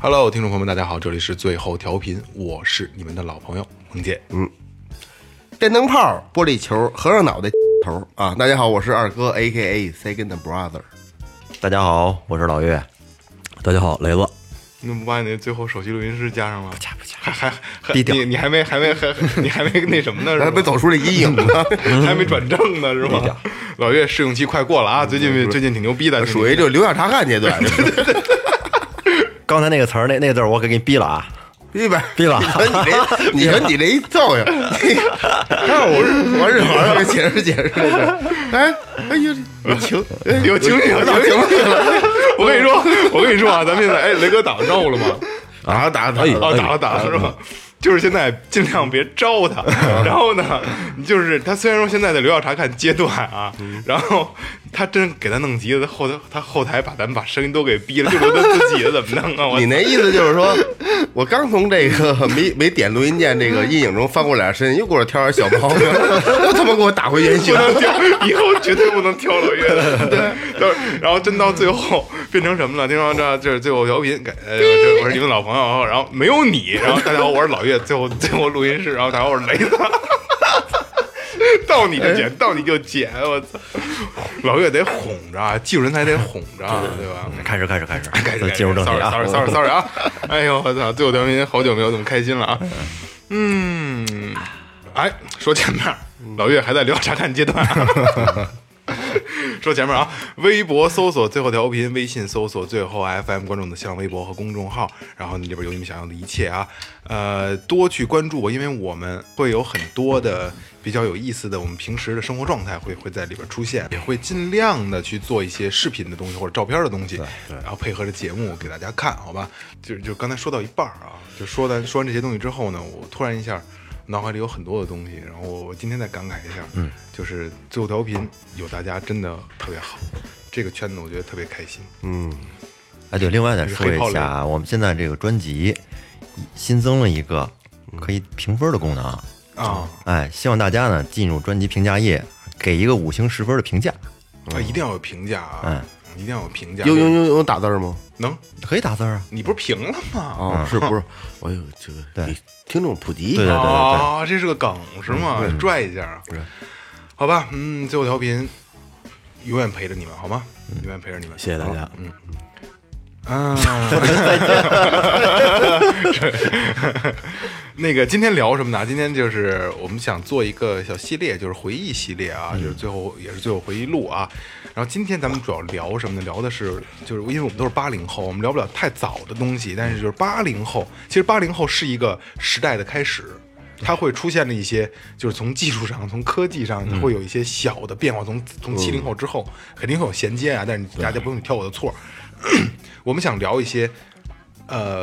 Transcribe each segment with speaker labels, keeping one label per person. Speaker 1: Hello，听众朋友们，大家好，这里是最后调频，我是你们的老朋友萌姐。
Speaker 2: 电灯泡、玻璃球、和尚脑袋头啊！大家好，我是二哥，A K A Second Brother。
Speaker 3: 大家好，我是老岳。大家好，雷子。
Speaker 1: 你怎么不把你那最后首席录音师加上了？不加不加，还还还
Speaker 3: 低调
Speaker 1: 你你还没还没还 你还没那什么呢？是吧
Speaker 2: 还没走出这阴影啊呢，
Speaker 1: 还没转正呢，是吧？ 老岳试用期快过了啊，最近最近挺牛逼的，
Speaker 2: 嗯呃属于就留下查看 阶段，
Speaker 3: 刚才那个词儿，那那个字儿，我给你逼了啊！
Speaker 2: 对吧？
Speaker 3: 逼吧
Speaker 2: 你说你这，你说你这一造呀！看我日，我日，我日，解释解释这事儿。哎，哎呦，有情，哎
Speaker 1: 有 情绪了，
Speaker 2: 有情绪了。
Speaker 1: 我跟你说，我跟你说啊，咱们现在哎，雷哥打过招呼了吗？
Speaker 2: 打打打！
Speaker 1: 哦，打了打了是吧？就是现在尽量别招他，然后呢，就是他虽然说现在在留校查看阶段啊，然后他真给他弄急了，他后台他后台把咱们把声音都给逼了，就留他自己的怎么弄啊？我
Speaker 2: 你那意思就是说，我刚从这个没没点录音键这个阴影中翻过脸身，又给我挑点小毛病， 又他妈给我打回原形
Speaker 1: 不。能挑，以后绝对不能挑老岳。 对，就是然后真到最后变成什么了？听说这这是最后调频，感 呃，这我是你们老朋友，然后没有你，然后大家好，我是老岳，最后 最后录音室，然后大家好，我是雷子。 到你就
Speaker 3: 哎
Speaker 1: 剪，到你就剪，我操！老岳得哄着啊，技术人才得哄着啊，对吧？
Speaker 3: 开始，开始，开始，
Speaker 1: 开始
Speaker 3: 进入正题啊
Speaker 1: sorry sorry sorry sorry 啊！哎呦我操，最后调频好久没有这么开心了啊！嗯，哎，说前面，老岳还在聊查看阶段。啊 说前面啊，微博搜索最后调频，微信搜索最后 FM，关注我们的新浪微博和公众号，然后你里边有你们想要的一切啊，呃，多去关注我，因为我们会有很多的比较有意思的我们平时的生活状态会会在里边出现，也会尽量的去做一些视频的东西或者照片的东西，然后配合着节目给大家看，好吧？就就刚才说到一半儿啊，就说完说完这些东西之后呢，我突然一下。脑海里有很多的东西，然后我今天再感慨一下，嗯，就是最后调频有大家真的特别好，这个圈子我觉得特别开心。
Speaker 3: 哎，对，另外再说一下，我们现在这个专辑新增了一个可以评分的功能啊。
Speaker 1: 啊，
Speaker 3: 哎，希望大家呢进入专辑评价页，给一个五星十分的评价，
Speaker 1: 啊，一定要有评价啊，一定要有评价。
Speaker 2: 有有有有打字吗？
Speaker 1: 能，
Speaker 3: 可以打字啊。
Speaker 1: 你不是评了吗？
Speaker 2: 啊，是不是？哎呦，这个
Speaker 3: 对
Speaker 2: 给听众普及一
Speaker 3: 对对
Speaker 2: 下，
Speaker 3: 对对对，
Speaker 1: 啊，这是个梗是吗？拽一下，好吧，嗯，最后调频永远陪着你们，好吗？永远陪着你们，嗯
Speaker 4: 谢谢大家。
Speaker 1: 啊，那个今天聊什么呢？今天就是我们想做一个小系列，就是回忆系列啊，就是最后也是最后回忆录啊。然后今天咱们主要聊什么呢？聊的是就是因为我们都是八零后，我们聊不了太早的东西，但是就是八零后，其实八零后是一个时代的开始。它会出现了一些，就是从技术上、从科技上，它会有一些小的变化。从从七零后之后，肯定会有衔接啊，但是大家不用挑我的错。我们想聊一些，呃，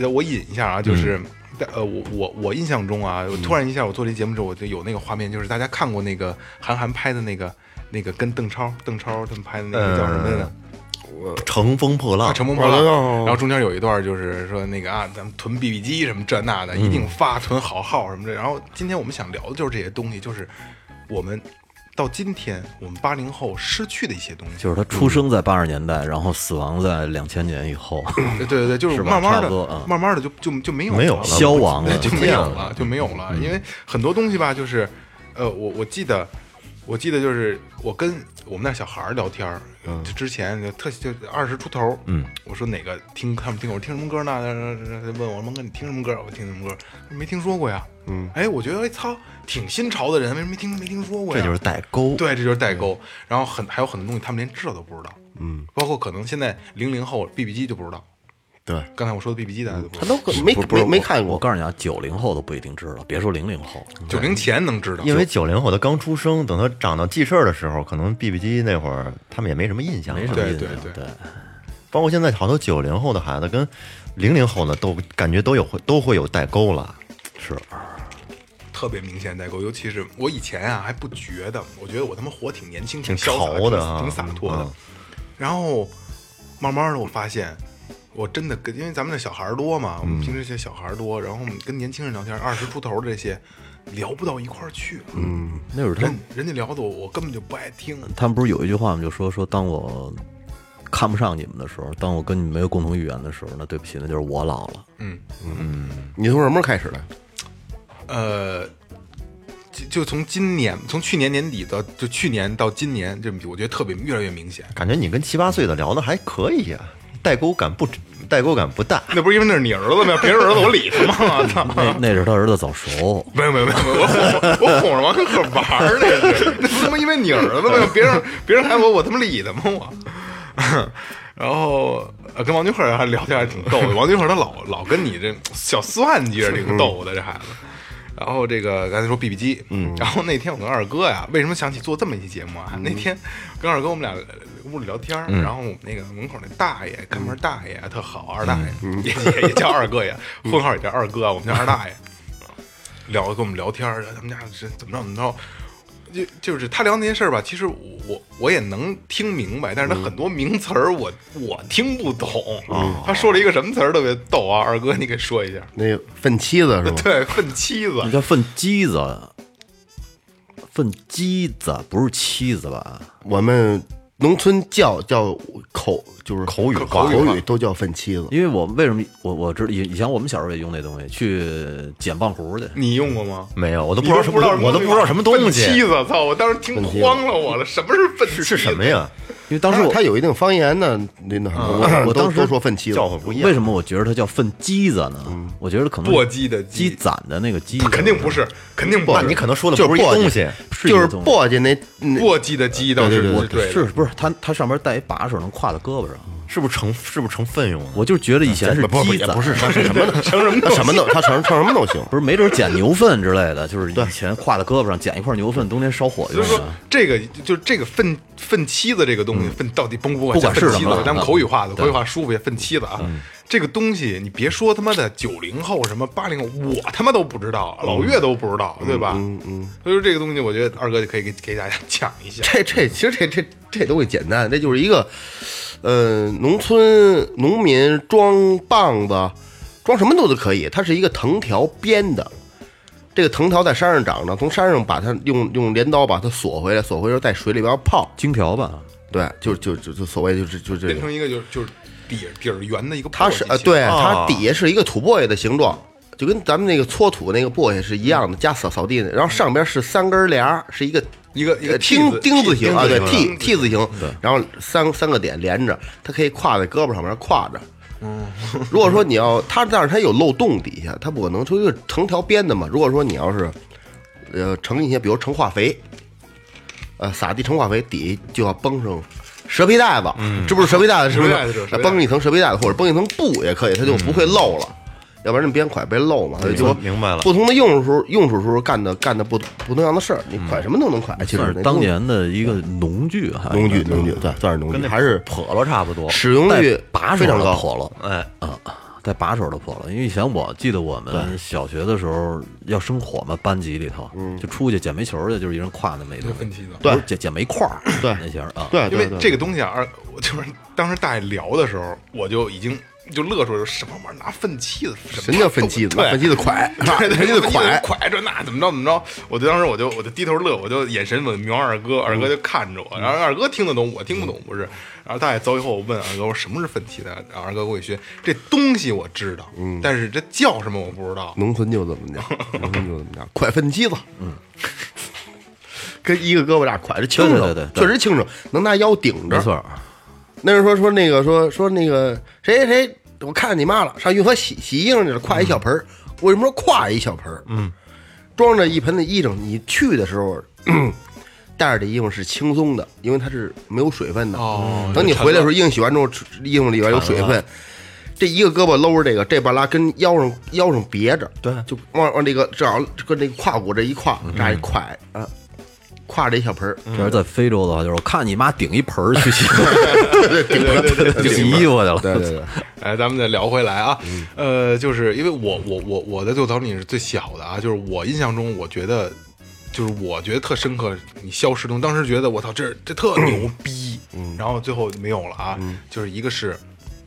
Speaker 1: 呃，我引一下啊，就是，但呃，我我我印象中啊，我突然一下，我做这节目之后，我就有那个画面，就是大家看过那个韩寒拍的那个那个跟邓超、邓超他们拍的那个叫什么来着？
Speaker 3: 呃乘风破
Speaker 1: 啊，
Speaker 3: 浪，哦
Speaker 1: 乘风破浪。然后中间有一段就是说那个啊，咱们囤 BB 机什么这那的，一定发囤好号什么的。然后今天我们想聊的就是这些东西，就是我们到今天我们八零后失去的一些东西。
Speaker 4: 就是他
Speaker 3: 嗯
Speaker 4: 出生在八十年代，然后死亡在两千年以后，
Speaker 1: 对啊对对，就是
Speaker 4: 是吧
Speaker 1: 慢慢
Speaker 4: 差
Speaker 1: 的
Speaker 4: 不多啊，
Speaker 1: 慢慢的就就就没有
Speaker 3: 没有了
Speaker 4: 消亡了
Speaker 1: 对，就没有了，就没有了。因为很多东西吧，就是，呃，我我记得，我记得就是我跟我们那小孩儿聊天儿，就之前就特就二十出头，嗯，我说哪个听他们听我说听什么歌呢？他问我蒙哥你听什么歌？我听什么歌？没听说过呀，嗯，哎，我觉得哎操，挺新潮的人，为什么没听没听说过
Speaker 3: 这
Speaker 1: 呀？
Speaker 3: 就是代沟。
Speaker 1: 对，这就是代沟。然后很还有很多东西他们连知道都不知道，嗯，包括可能现在零零后 BB 机就不知道，
Speaker 2: 对，
Speaker 1: 刚才我说的 BB 机大家都不
Speaker 2: 他
Speaker 1: 知道，
Speaker 2: 都没
Speaker 4: 不是不是
Speaker 2: 没没看
Speaker 4: 我
Speaker 2: 过，
Speaker 4: 告诉你啊，九零后都不一定知道，别说零零后，
Speaker 1: 九零前能知道，
Speaker 3: 因为九零后他刚出生，等他长到记事儿的时候，可能 BB 机那会儿他们也没什么印象了，
Speaker 4: 没什么
Speaker 1: 对
Speaker 4: 印
Speaker 1: 对
Speaker 4: 象。
Speaker 1: 对
Speaker 4: 对，
Speaker 3: 包括现在好多九零后的孩子跟零零后的都感觉都有会都会有代沟了，
Speaker 4: 是
Speaker 1: 特别明显代沟，尤其是我以前啊还不觉得，我觉得我他妈活挺年轻、
Speaker 3: 挺
Speaker 1: 潇洒
Speaker 3: 潮的啊
Speaker 1: 挺洒脱的。
Speaker 3: 嗯
Speaker 1: 然后慢慢的我发现，我真的跟因为咱们的小孩儿多嘛，我
Speaker 3: 嗯
Speaker 1: 们平时这些小孩儿多，然后我们跟年轻人聊天，二十出头的这些聊不到一块儿去，嗯，
Speaker 4: 那会儿他
Speaker 1: 人
Speaker 4: 们
Speaker 1: 人家聊的我我根本就不爱听，
Speaker 4: 他们不是有一句话吗？就说说当我看不上你们的时候，当我跟你们没有共同语言的时候，那对不起，那就是我老了。
Speaker 1: 嗯，
Speaker 2: 你从什么时候开始的？
Speaker 1: 呃。就就从今年，从去年年底到就去年到今年，这我觉得特别越来越明显。
Speaker 3: 感觉你跟七八岁的聊的还可以呀、代沟感不代沟感不大。
Speaker 1: 那不是因为那是你儿子吗？别人儿子我理他吗？我操！
Speaker 4: 那那是他儿子早熟，
Speaker 1: 没有没有没有，我哄 我哄着王可玩儿那是， 那不他妈因为你儿子吗？别人别人喊我，我他妈理他吗我？ 然后呃跟王俊赫还聊天还挺逗的，王俊赫他老老跟你这小算计着，挺逗的这孩子。然后这个刚才说 BB 机，嗯，然后那天我跟二哥呀，为什么想起做这么一期节目啊？那天跟二哥我们俩屋里聊天儿，然后我们那个门口那大爷看门大爷特好，二大爷、也也也叫二哥爷，婚号也叫二哥，我们叫二大爷。聊跟我们聊天儿，他们家是怎么着怎么着，就就是他聊那些事儿吧，其实我我我也能听明白，但是他很多名词儿我、我听不懂、
Speaker 3: 嗯
Speaker 1: 他说了一个什么词儿特别逗啊，二哥你给说一下。
Speaker 2: 那粪妻子是吗？
Speaker 1: 对，粪妻子
Speaker 4: 那叫粪鸡子，粪鸡子不是妻子吧？
Speaker 2: 我们农村叫叫口就是口语
Speaker 1: 口语化
Speaker 2: 口语都叫粪妻子。
Speaker 4: 因为我为什么我我知以以前我们小时候也用那东西去捡棒葫芦去，
Speaker 1: 你用过吗？
Speaker 3: 没有，我都
Speaker 1: 我
Speaker 3: 不知道什么，我都不知道什么东
Speaker 1: 啊妻
Speaker 3: 西啊
Speaker 1: 子，操！我当时听慌了我了，什么是粪妻
Speaker 3: 是什么？呀？
Speaker 4: 因为当时我
Speaker 2: 他有一定方言呢，那那
Speaker 4: 我
Speaker 2: 都
Speaker 4: 当时
Speaker 2: 都说粪妻子
Speaker 3: 叫，法不一样。
Speaker 4: 为什么我觉得它叫粪鸡子
Speaker 3: 嗯
Speaker 4: 呢？我觉得可能
Speaker 1: 簸箕的
Speaker 4: 鸡
Speaker 1: 箕
Speaker 4: 攒的那个鸡，
Speaker 1: 肯定不是，肯定不
Speaker 3: 那
Speaker 1: 是。
Speaker 3: 你可能说的
Speaker 2: 就是
Speaker 3: 不是一
Speaker 2: 簸箕
Speaker 3: 东西，
Speaker 4: 是一
Speaker 2: 就
Speaker 4: 个
Speaker 2: 是
Speaker 4: 东西
Speaker 2: 簸箕那那
Speaker 1: 簸箕的箕倒是
Speaker 2: 对
Speaker 1: 是
Speaker 2: 对
Speaker 1: 对的，
Speaker 4: 是不是它它上面带一把手能挎在胳膊上？
Speaker 3: 是不是成是不是成粪用的？
Speaker 4: 我就觉得以前啊是
Speaker 2: 不不
Speaker 4: 鸡
Speaker 2: 也
Speaker 4: 攒，
Speaker 2: 不是他是什么的，成什么他什么都他成成什么都行。
Speaker 4: 不是，没准捡牛粪之类的，就是以前挎在胳膊上捡一块牛粪，冬天烧火
Speaker 1: 所
Speaker 4: 用
Speaker 1: 以说
Speaker 4: 的。
Speaker 1: 这个就这个粪粪妻子这个东西，粪到底甭不管
Speaker 4: 不管
Speaker 1: 叫
Speaker 4: 是
Speaker 1: 粪妻
Speaker 4: 什么
Speaker 1: 子，咱
Speaker 4: 嗯
Speaker 1: 们口语化的口语化舒服些，粪妻子啊，这个东西你别说他妈的九零后什么八零后，我他妈都不知道，老岳都不知道，对吧？嗯嗯，所以说这个东西，我觉得二哥就可以给给大家讲一下。
Speaker 2: 这这其实这这这东西简单，这就是一个，呃，农村农民装棒子，装什么都都可以。它是一个藤条编的，这个藤条在山上长着，从山上把它用用镰刀把它锁回来，锁回来之后在水里边泡。
Speaker 4: 金条
Speaker 2: 啊
Speaker 4: 吧，
Speaker 2: 对，就就就就所谓就是就这
Speaker 1: 变
Speaker 2: 个，
Speaker 1: 成一个就是就是底底儿圆的一个簸箕形，
Speaker 2: 它是呃，对，它
Speaker 3: 啊
Speaker 2: 底下是一个土簸箕的形状。就跟咱们那个搓土那个簸箕是一样的，加扫扫地的，然后上边是三根帘儿，是一个
Speaker 1: 一个一个
Speaker 2: 呃
Speaker 1: 梯
Speaker 2: 钉
Speaker 1: 子
Speaker 2: 钉子形啊，对，T
Speaker 1: 梯
Speaker 2: T 字形，然后三三个点连着，它可以挎在胳膊上面挎着。如果说你要它，但是它有漏洞底下，它不可能说就是成条编的嘛。如果说你要是呃盛一些，比如盛化肥，呃撒地盛化肥，底就要绷上蛇皮袋子，这不是蛇皮袋子，是不
Speaker 1: 嗯蛇皮袋子是
Speaker 2: 是
Speaker 1: 蛇皮袋子嗯
Speaker 2: 绷一层蛇皮袋子，或者绷一层布也可以，它就不会漏了。要不然你编款被漏嘛，所以就说
Speaker 3: 明白了
Speaker 2: 不同的用处用处时候干的干的不不同样的事儿，你
Speaker 1: 嗯
Speaker 2: 款什么都能款。哎其实
Speaker 4: 算
Speaker 2: 那
Speaker 4: 是哎当年哎的一个农具，还
Speaker 2: 农具，农具，对，算是农具，还是
Speaker 3: 笸箩差不多。
Speaker 2: 使用
Speaker 4: 带
Speaker 2: 率
Speaker 4: 把手
Speaker 2: 非
Speaker 4: 的
Speaker 2: 常高。
Speaker 4: 破了
Speaker 3: 哎，
Speaker 4: 啊，带把手的破了。因为以前我记得我们小学的时候要生火嘛，班级里头
Speaker 2: 嗯
Speaker 4: 就出去捡煤球去，就是一人挎那么一东
Speaker 1: 粪
Speaker 4: 西，
Speaker 1: 妻子。
Speaker 4: 不是捡捡煤块儿，
Speaker 2: 对
Speaker 4: 那些儿啊，
Speaker 2: 对，
Speaker 1: 因为
Speaker 2: 对
Speaker 1: 这个东西啊，二我就是当时大爷聊的时候，我就已经就乐出来，什么玩意儿拿粪妻子？
Speaker 2: 对神 叫分期子，
Speaker 1: 对
Speaker 2: 分期子快，
Speaker 1: 对对，
Speaker 2: 分期子快，
Speaker 1: 快这那怎么着怎么着，我就当时我就我就低头乐，我就眼神我瞄二哥，二
Speaker 2: 嗯
Speaker 1: 哥就看着我，然后二哥听得懂，我听不懂不是，然后大爷走以后，我问二哥我什么是粪气的，啊然后二哥给我一学，这东西我知道，
Speaker 2: 嗯
Speaker 1: 但是这叫什么我不知道，
Speaker 2: 农村就怎么讲，农村就怎么讲，快分期子， 跟一个胳膊俩挎着，轻省，
Speaker 4: 嗯对对对对
Speaker 2: 确实轻省，能拿腰顶着。
Speaker 4: 没错，
Speaker 2: 那人说说那个说说那个谁谁谁，我看见你妈了，上运河洗洗衣裳去了，挎一小盆儿。为什么说挎一小盆儿？嗯，装着一盆的衣裳，你去的时候。咳带着这衣裳是轻松的，因为它是没有水分的。
Speaker 1: 哦
Speaker 2: 等你回来的时候，衣裳洗完之后，衣裳里边有水分，这一个胳膊搂着这个，这半拉跟腰上腰上别着，
Speaker 3: 对
Speaker 2: 就往往这个正好跟这个胯骨这一跨，扎一胯啊，挎着一小盆儿，
Speaker 4: 这要是在非洲的话，就是我看你妈顶一盆儿去洗洗衣服去了。
Speaker 1: 对
Speaker 2: 对对对，
Speaker 1: 哎，咱们再聊回来啊，
Speaker 2: 嗯
Speaker 1: 呃，就是因为我我我我的六槽你是最小的啊，就是我印象中，我觉得就是我觉得特深刻，你消失中，当时觉得我操，这这特牛逼，
Speaker 2: 嗯
Speaker 1: 然后最后没有了啊，就是一个是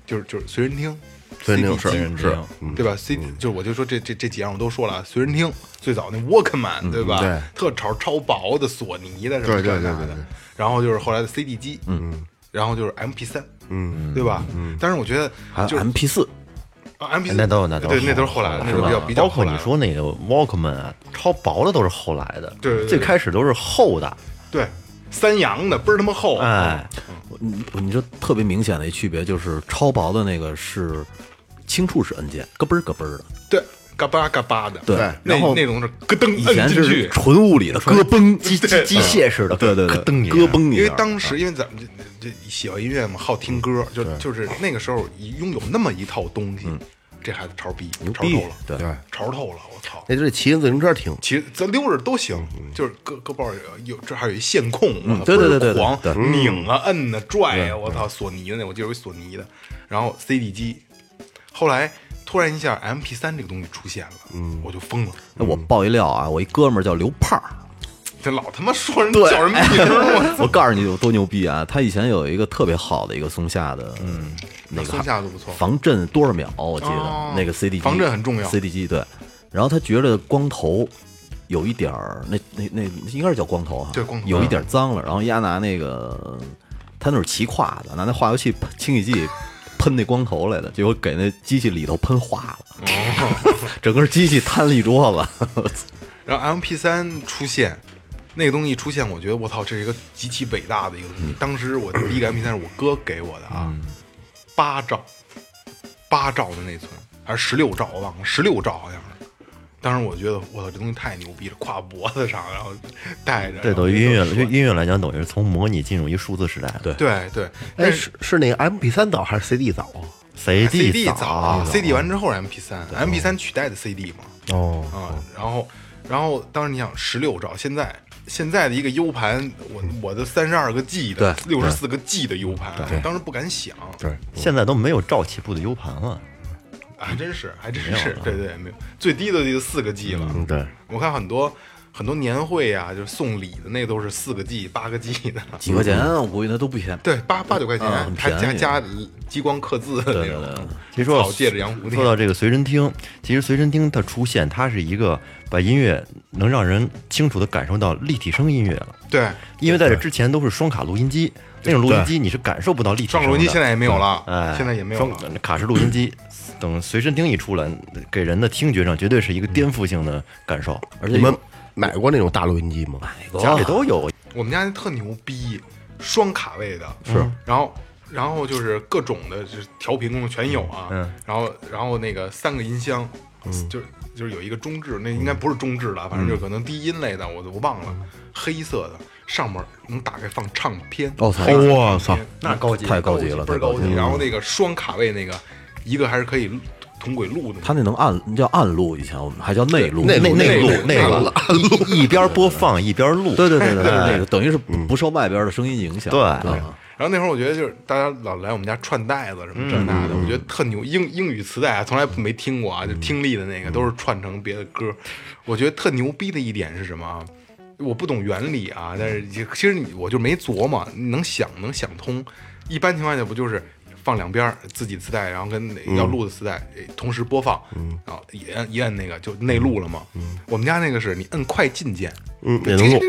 Speaker 1: 就是就是随人听，
Speaker 2: 随人听
Speaker 1: CD 机
Speaker 2: 是嗯是，
Speaker 1: 对吧？C 就是我就说这这这几样我都说了啊，随身听最早那 Walkman 对吧？
Speaker 2: 嗯对
Speaker 1: 特超超薄的索尼的什么
Speaker 2: 对对
Speaker 1: 这那
Speaker 2: 对对
Speaker 1: 的
Speaker 2: 对，
Speaker 3: 嗯
Speaker 1: 然后就是后来的 CD 机，嗯，然后就是 MP 三，嗯，对吧？嗯，但是我觉得
Speaker 4: 还有
Speaker 1: 就是
Speaker 4: M P 四，
Speaker 1: 啊，MP
Speaker 3: 那都那都
Speaker 1: 对，那都是后来的，那
Speaker 3: 是
Speaker 1: 都比较
Speaker 3: 吧？
Speaker 1: 比较
Speaker 3: 包
Speaker 1: 后
Speaker 3: 括
Speaker 1: 来
Speaker 3: 你
Speaker 1: 的。
Speaker 3: 说那个 Walkman 啊，超薄的都是后来的，
Speaker 1: 对对对
Speaker 3: 最开始都是厚的，
Speaker 1: 对，三洋的倍儿他妈厚，
Speaker 3: 哎，
Speaker 4: 你你这特别明显的一区别就是超薄的那个是轻触式按键，咯嘣儿咯嘣儿的。
Speaker 1: 对，嘎巴嘎巴的，
Speaker 4: 对
Speaker 1: 那
Speaker 4: 然后
Speaker 1: 那种是咯噔
Speaker 4: 以
Speaker 1: 摁
Speaker 4: 前
Speaker 1: 进
Speaker 4: 是
Speaker 1: 去。
Speaker 4: 纯物理的咯嘣
Speaker 3: 机机机械式的，
Speaker 4: 对对对，
Speaker 3: 咯噔一下
Speaker 4: 咯嘣一下，
Speaker 1: 因为当时，因为咱们这这喜欢音乐嘛，好听歌，
Speaker 3: 嗯
Speaker 1: 就就是那个时候拥有那么一套东西，这孩子潮逼，潮
Speaker 4: 逼
Speaker 1: 透了，
Speaker 4: 对
Speaker 2: 对，
Speaker 1: 潮透了，我操！
Speaker 2: 那就是骑着自行车听，
Speaker 1: 其实咱溜着都行，就是胳胳膊有有这还有一线控，我
Speaker 4: 嗯
Speaker 1: 操
Speaker 4: 对对对
Speaker 1: 倍
Speaker 4: 对
Speaker 1: 儿
Speaker 4: 对
Speaker 1: 狂
Speaker 4: 对嗯
Speaker 1: 拧啊摁啊拽啊，我操，索尼的那我记得有一索尼的，然后 CD 机，后来突然一下 MP 三这个东西出现了，嗯，我就疯了，
Speaker 4: 哎我爆一料啊，我一哥们儿叫刘胖儿，
Speaker 1: 这老他妈说人叫 什么名儿，
Speaker 4: 我告诉你有多牛逼啊！他以前有一个特别好的一个松下的，嗯，
Speaker 1: 我
Speaker 4: 那个
Speaker 1: 松下都不错，
Speaker 4: 防震多少秒我记得、
Speaker 1: 哦
Speaker 4: 那个 CD 机，
Speaker 1: 防震很重要
Speaker 4: CD 机对，然后他觉得光头有一点儿，那那那应该是叫光头哈，
Speaker 1: 对光头
Speaker 4: 有一点脏了，然后丫拿那个他那是骑胯的，拿那化油器 喷清洗剂。喷那光头来的，结果给那机器里头喷化了，
Speaker 1: 哦
Speaker 4: 整个机器摊了一桌 子。
Speaker 1: 然后 MP 三出现，那个东西一出现，我觉得我操，这是一个极其伟大的一个
Speaker 3: 嗯
Speaker 1: 东西。当时我第一个 MP 三是我哥给我的啊，八兆，八兆的内存还是十六兆，我忘了，十六兆好像是。当时我觉得我操，这东西太牛逼了，挎脖子上，然后带着，
Speaker 3: 对，
Speaker 1: 然后
Speaker 3: 等于音乐
Speaker 1: 就
Speaker 3: 音乐来讲，等于是从模拟进入一数字时代了。
Speaker 4: 对
Speaker 1: 对对，
Speaker 2: 哎
Speaker 1: 但
Speaker 2: 是是那个 M P 三早还是 C D 早啊？
Speaker 3: ，CD
Speaker 1: 早
Speaker 3: 早
Speaker 1: ，CD 完之后是 MP 三，MP 三取代的 CD 嘛，
Speaker 2: 哦，
Speaker 1: 啊，然后，然后当时你想十六兆，现在现在的一个 U 盘，我我的三十二个 G 的，六十四个 G 的 U 盘，我当时不敢想，
Speaker 2: 对，
Speaker 3: 现在都没有照起步的 U 盘了，
Speaker 1: 还真是，还真是，对对，没有最低的就四个 G 了。
Speaker 2: 嗯对，
Speaker 1: 我看很多很多年会啊，就是送礼的那都是四个 G、八个 G 的，
Speaker 4: 几块钱，啊我估计他都不便宜。
Speaker 1: 对，八八九块钱，
Speaker 4: 啊很
Speaker 1: 还加
Speaker 4: 便宜
Speaker 1: 加激光刻字的那
Speaker 4: 对对
Speaker 1: 种，
Speaker 3: 其实说
Speaker 1: 草戒指洋蝴蝶
Speaker 3: 说，到这个随身听，其实随身听它出现，它是一个把音乐能让人清楚的感受到立体声音乐了，
Speaker 1: 对，
Speaker 3: 因为在这之前都是双卡录音机，那种录音机你是感受不到立体声
Speaker 1: 双
Speaker 3: 的。
Speaker 1: 手机现在也没有了，
Speaker 4: 嗯
Speaker 3: 哎，
Speaker 1: 现在也没有
Speaker 3: 双
Speaker 1: 了。
Speaker 3: 卡式录音机，等随身听一出来，给人的听觉上绝对是一个颠覆性的感受。
Speaker 1: 嗯
Speaker 4: 而且
Speaker 2: 你们买过那种大录音机吗？
Speaker 4: 有
Speaker 3: 家里都有，
Speaker 1: 我们家那特牛逼，双卡位的，是，然后然后就是各种的，就是调频功能全有啊，
Speaker 3: 嗯
Speaker 1: 然后然后那个三个音箱，
Speaker 4: 嗯
Speaker 1: 就是就是有一个中置，那应该不是中置了，反正就是可能低音类的，我我忘了，黑色的，上面能打开放唱片，
Speaker 4: 哦操
Speaker 1: 黑色的
Speaker 2: 哇
Speaker 1: 唱片
Speaker 2: 操
Speaker 1: 那
Speaker 4: 高级太高级了嗯
Speaker 1: 倍
Speaker 4: 太
Speaker 1: 儿
Speaker 4: 高
Speaker 1: 高
Speaker 4: 级
Speaker 1: 级，然后那个双卡位那个，一个还是可以同轨录的，
Speaker 4: 他那能暗，那叫暗录，以前我们还叫内录。
Speaker 2: 内
Speaker 3: 内
Speaker 1: 内
Speaker 3: 录
Speaker 1: 录
Speaker 3: 内
Speaker 1: 内
Speaker 3: 录，一一边播放一边录。
Speaker 4: 啊对对对对对，那个等于是不受外边的声音影响。
Speaker 3: 哎对
Speaker 4: 啊
Speaker 1: 然后那会儿我觉得就是大家老来我们家串袋子什么这那的，
Speaker 2: 嗯
Speaker 1: 我觉得特牛。英英语磁带啊，从来没听过啊，就听力的那
Speaker 2: 嗯
Speaker 1: 个都是串成别的歌。我觉得特牛逼的一点是什么啊？我不懂原理啊，但是也其实你我就没琢磨，能想能想通。一般情况下不就是放两边儿自己磁带，然后跟
Speaker 2: 嗯
Speaker 1: 要录的磁带诶同时播放，然后一按一按那个就内录了嘛。我们家那个是你摁快进键，
Speaker 2: 嗯，也能录，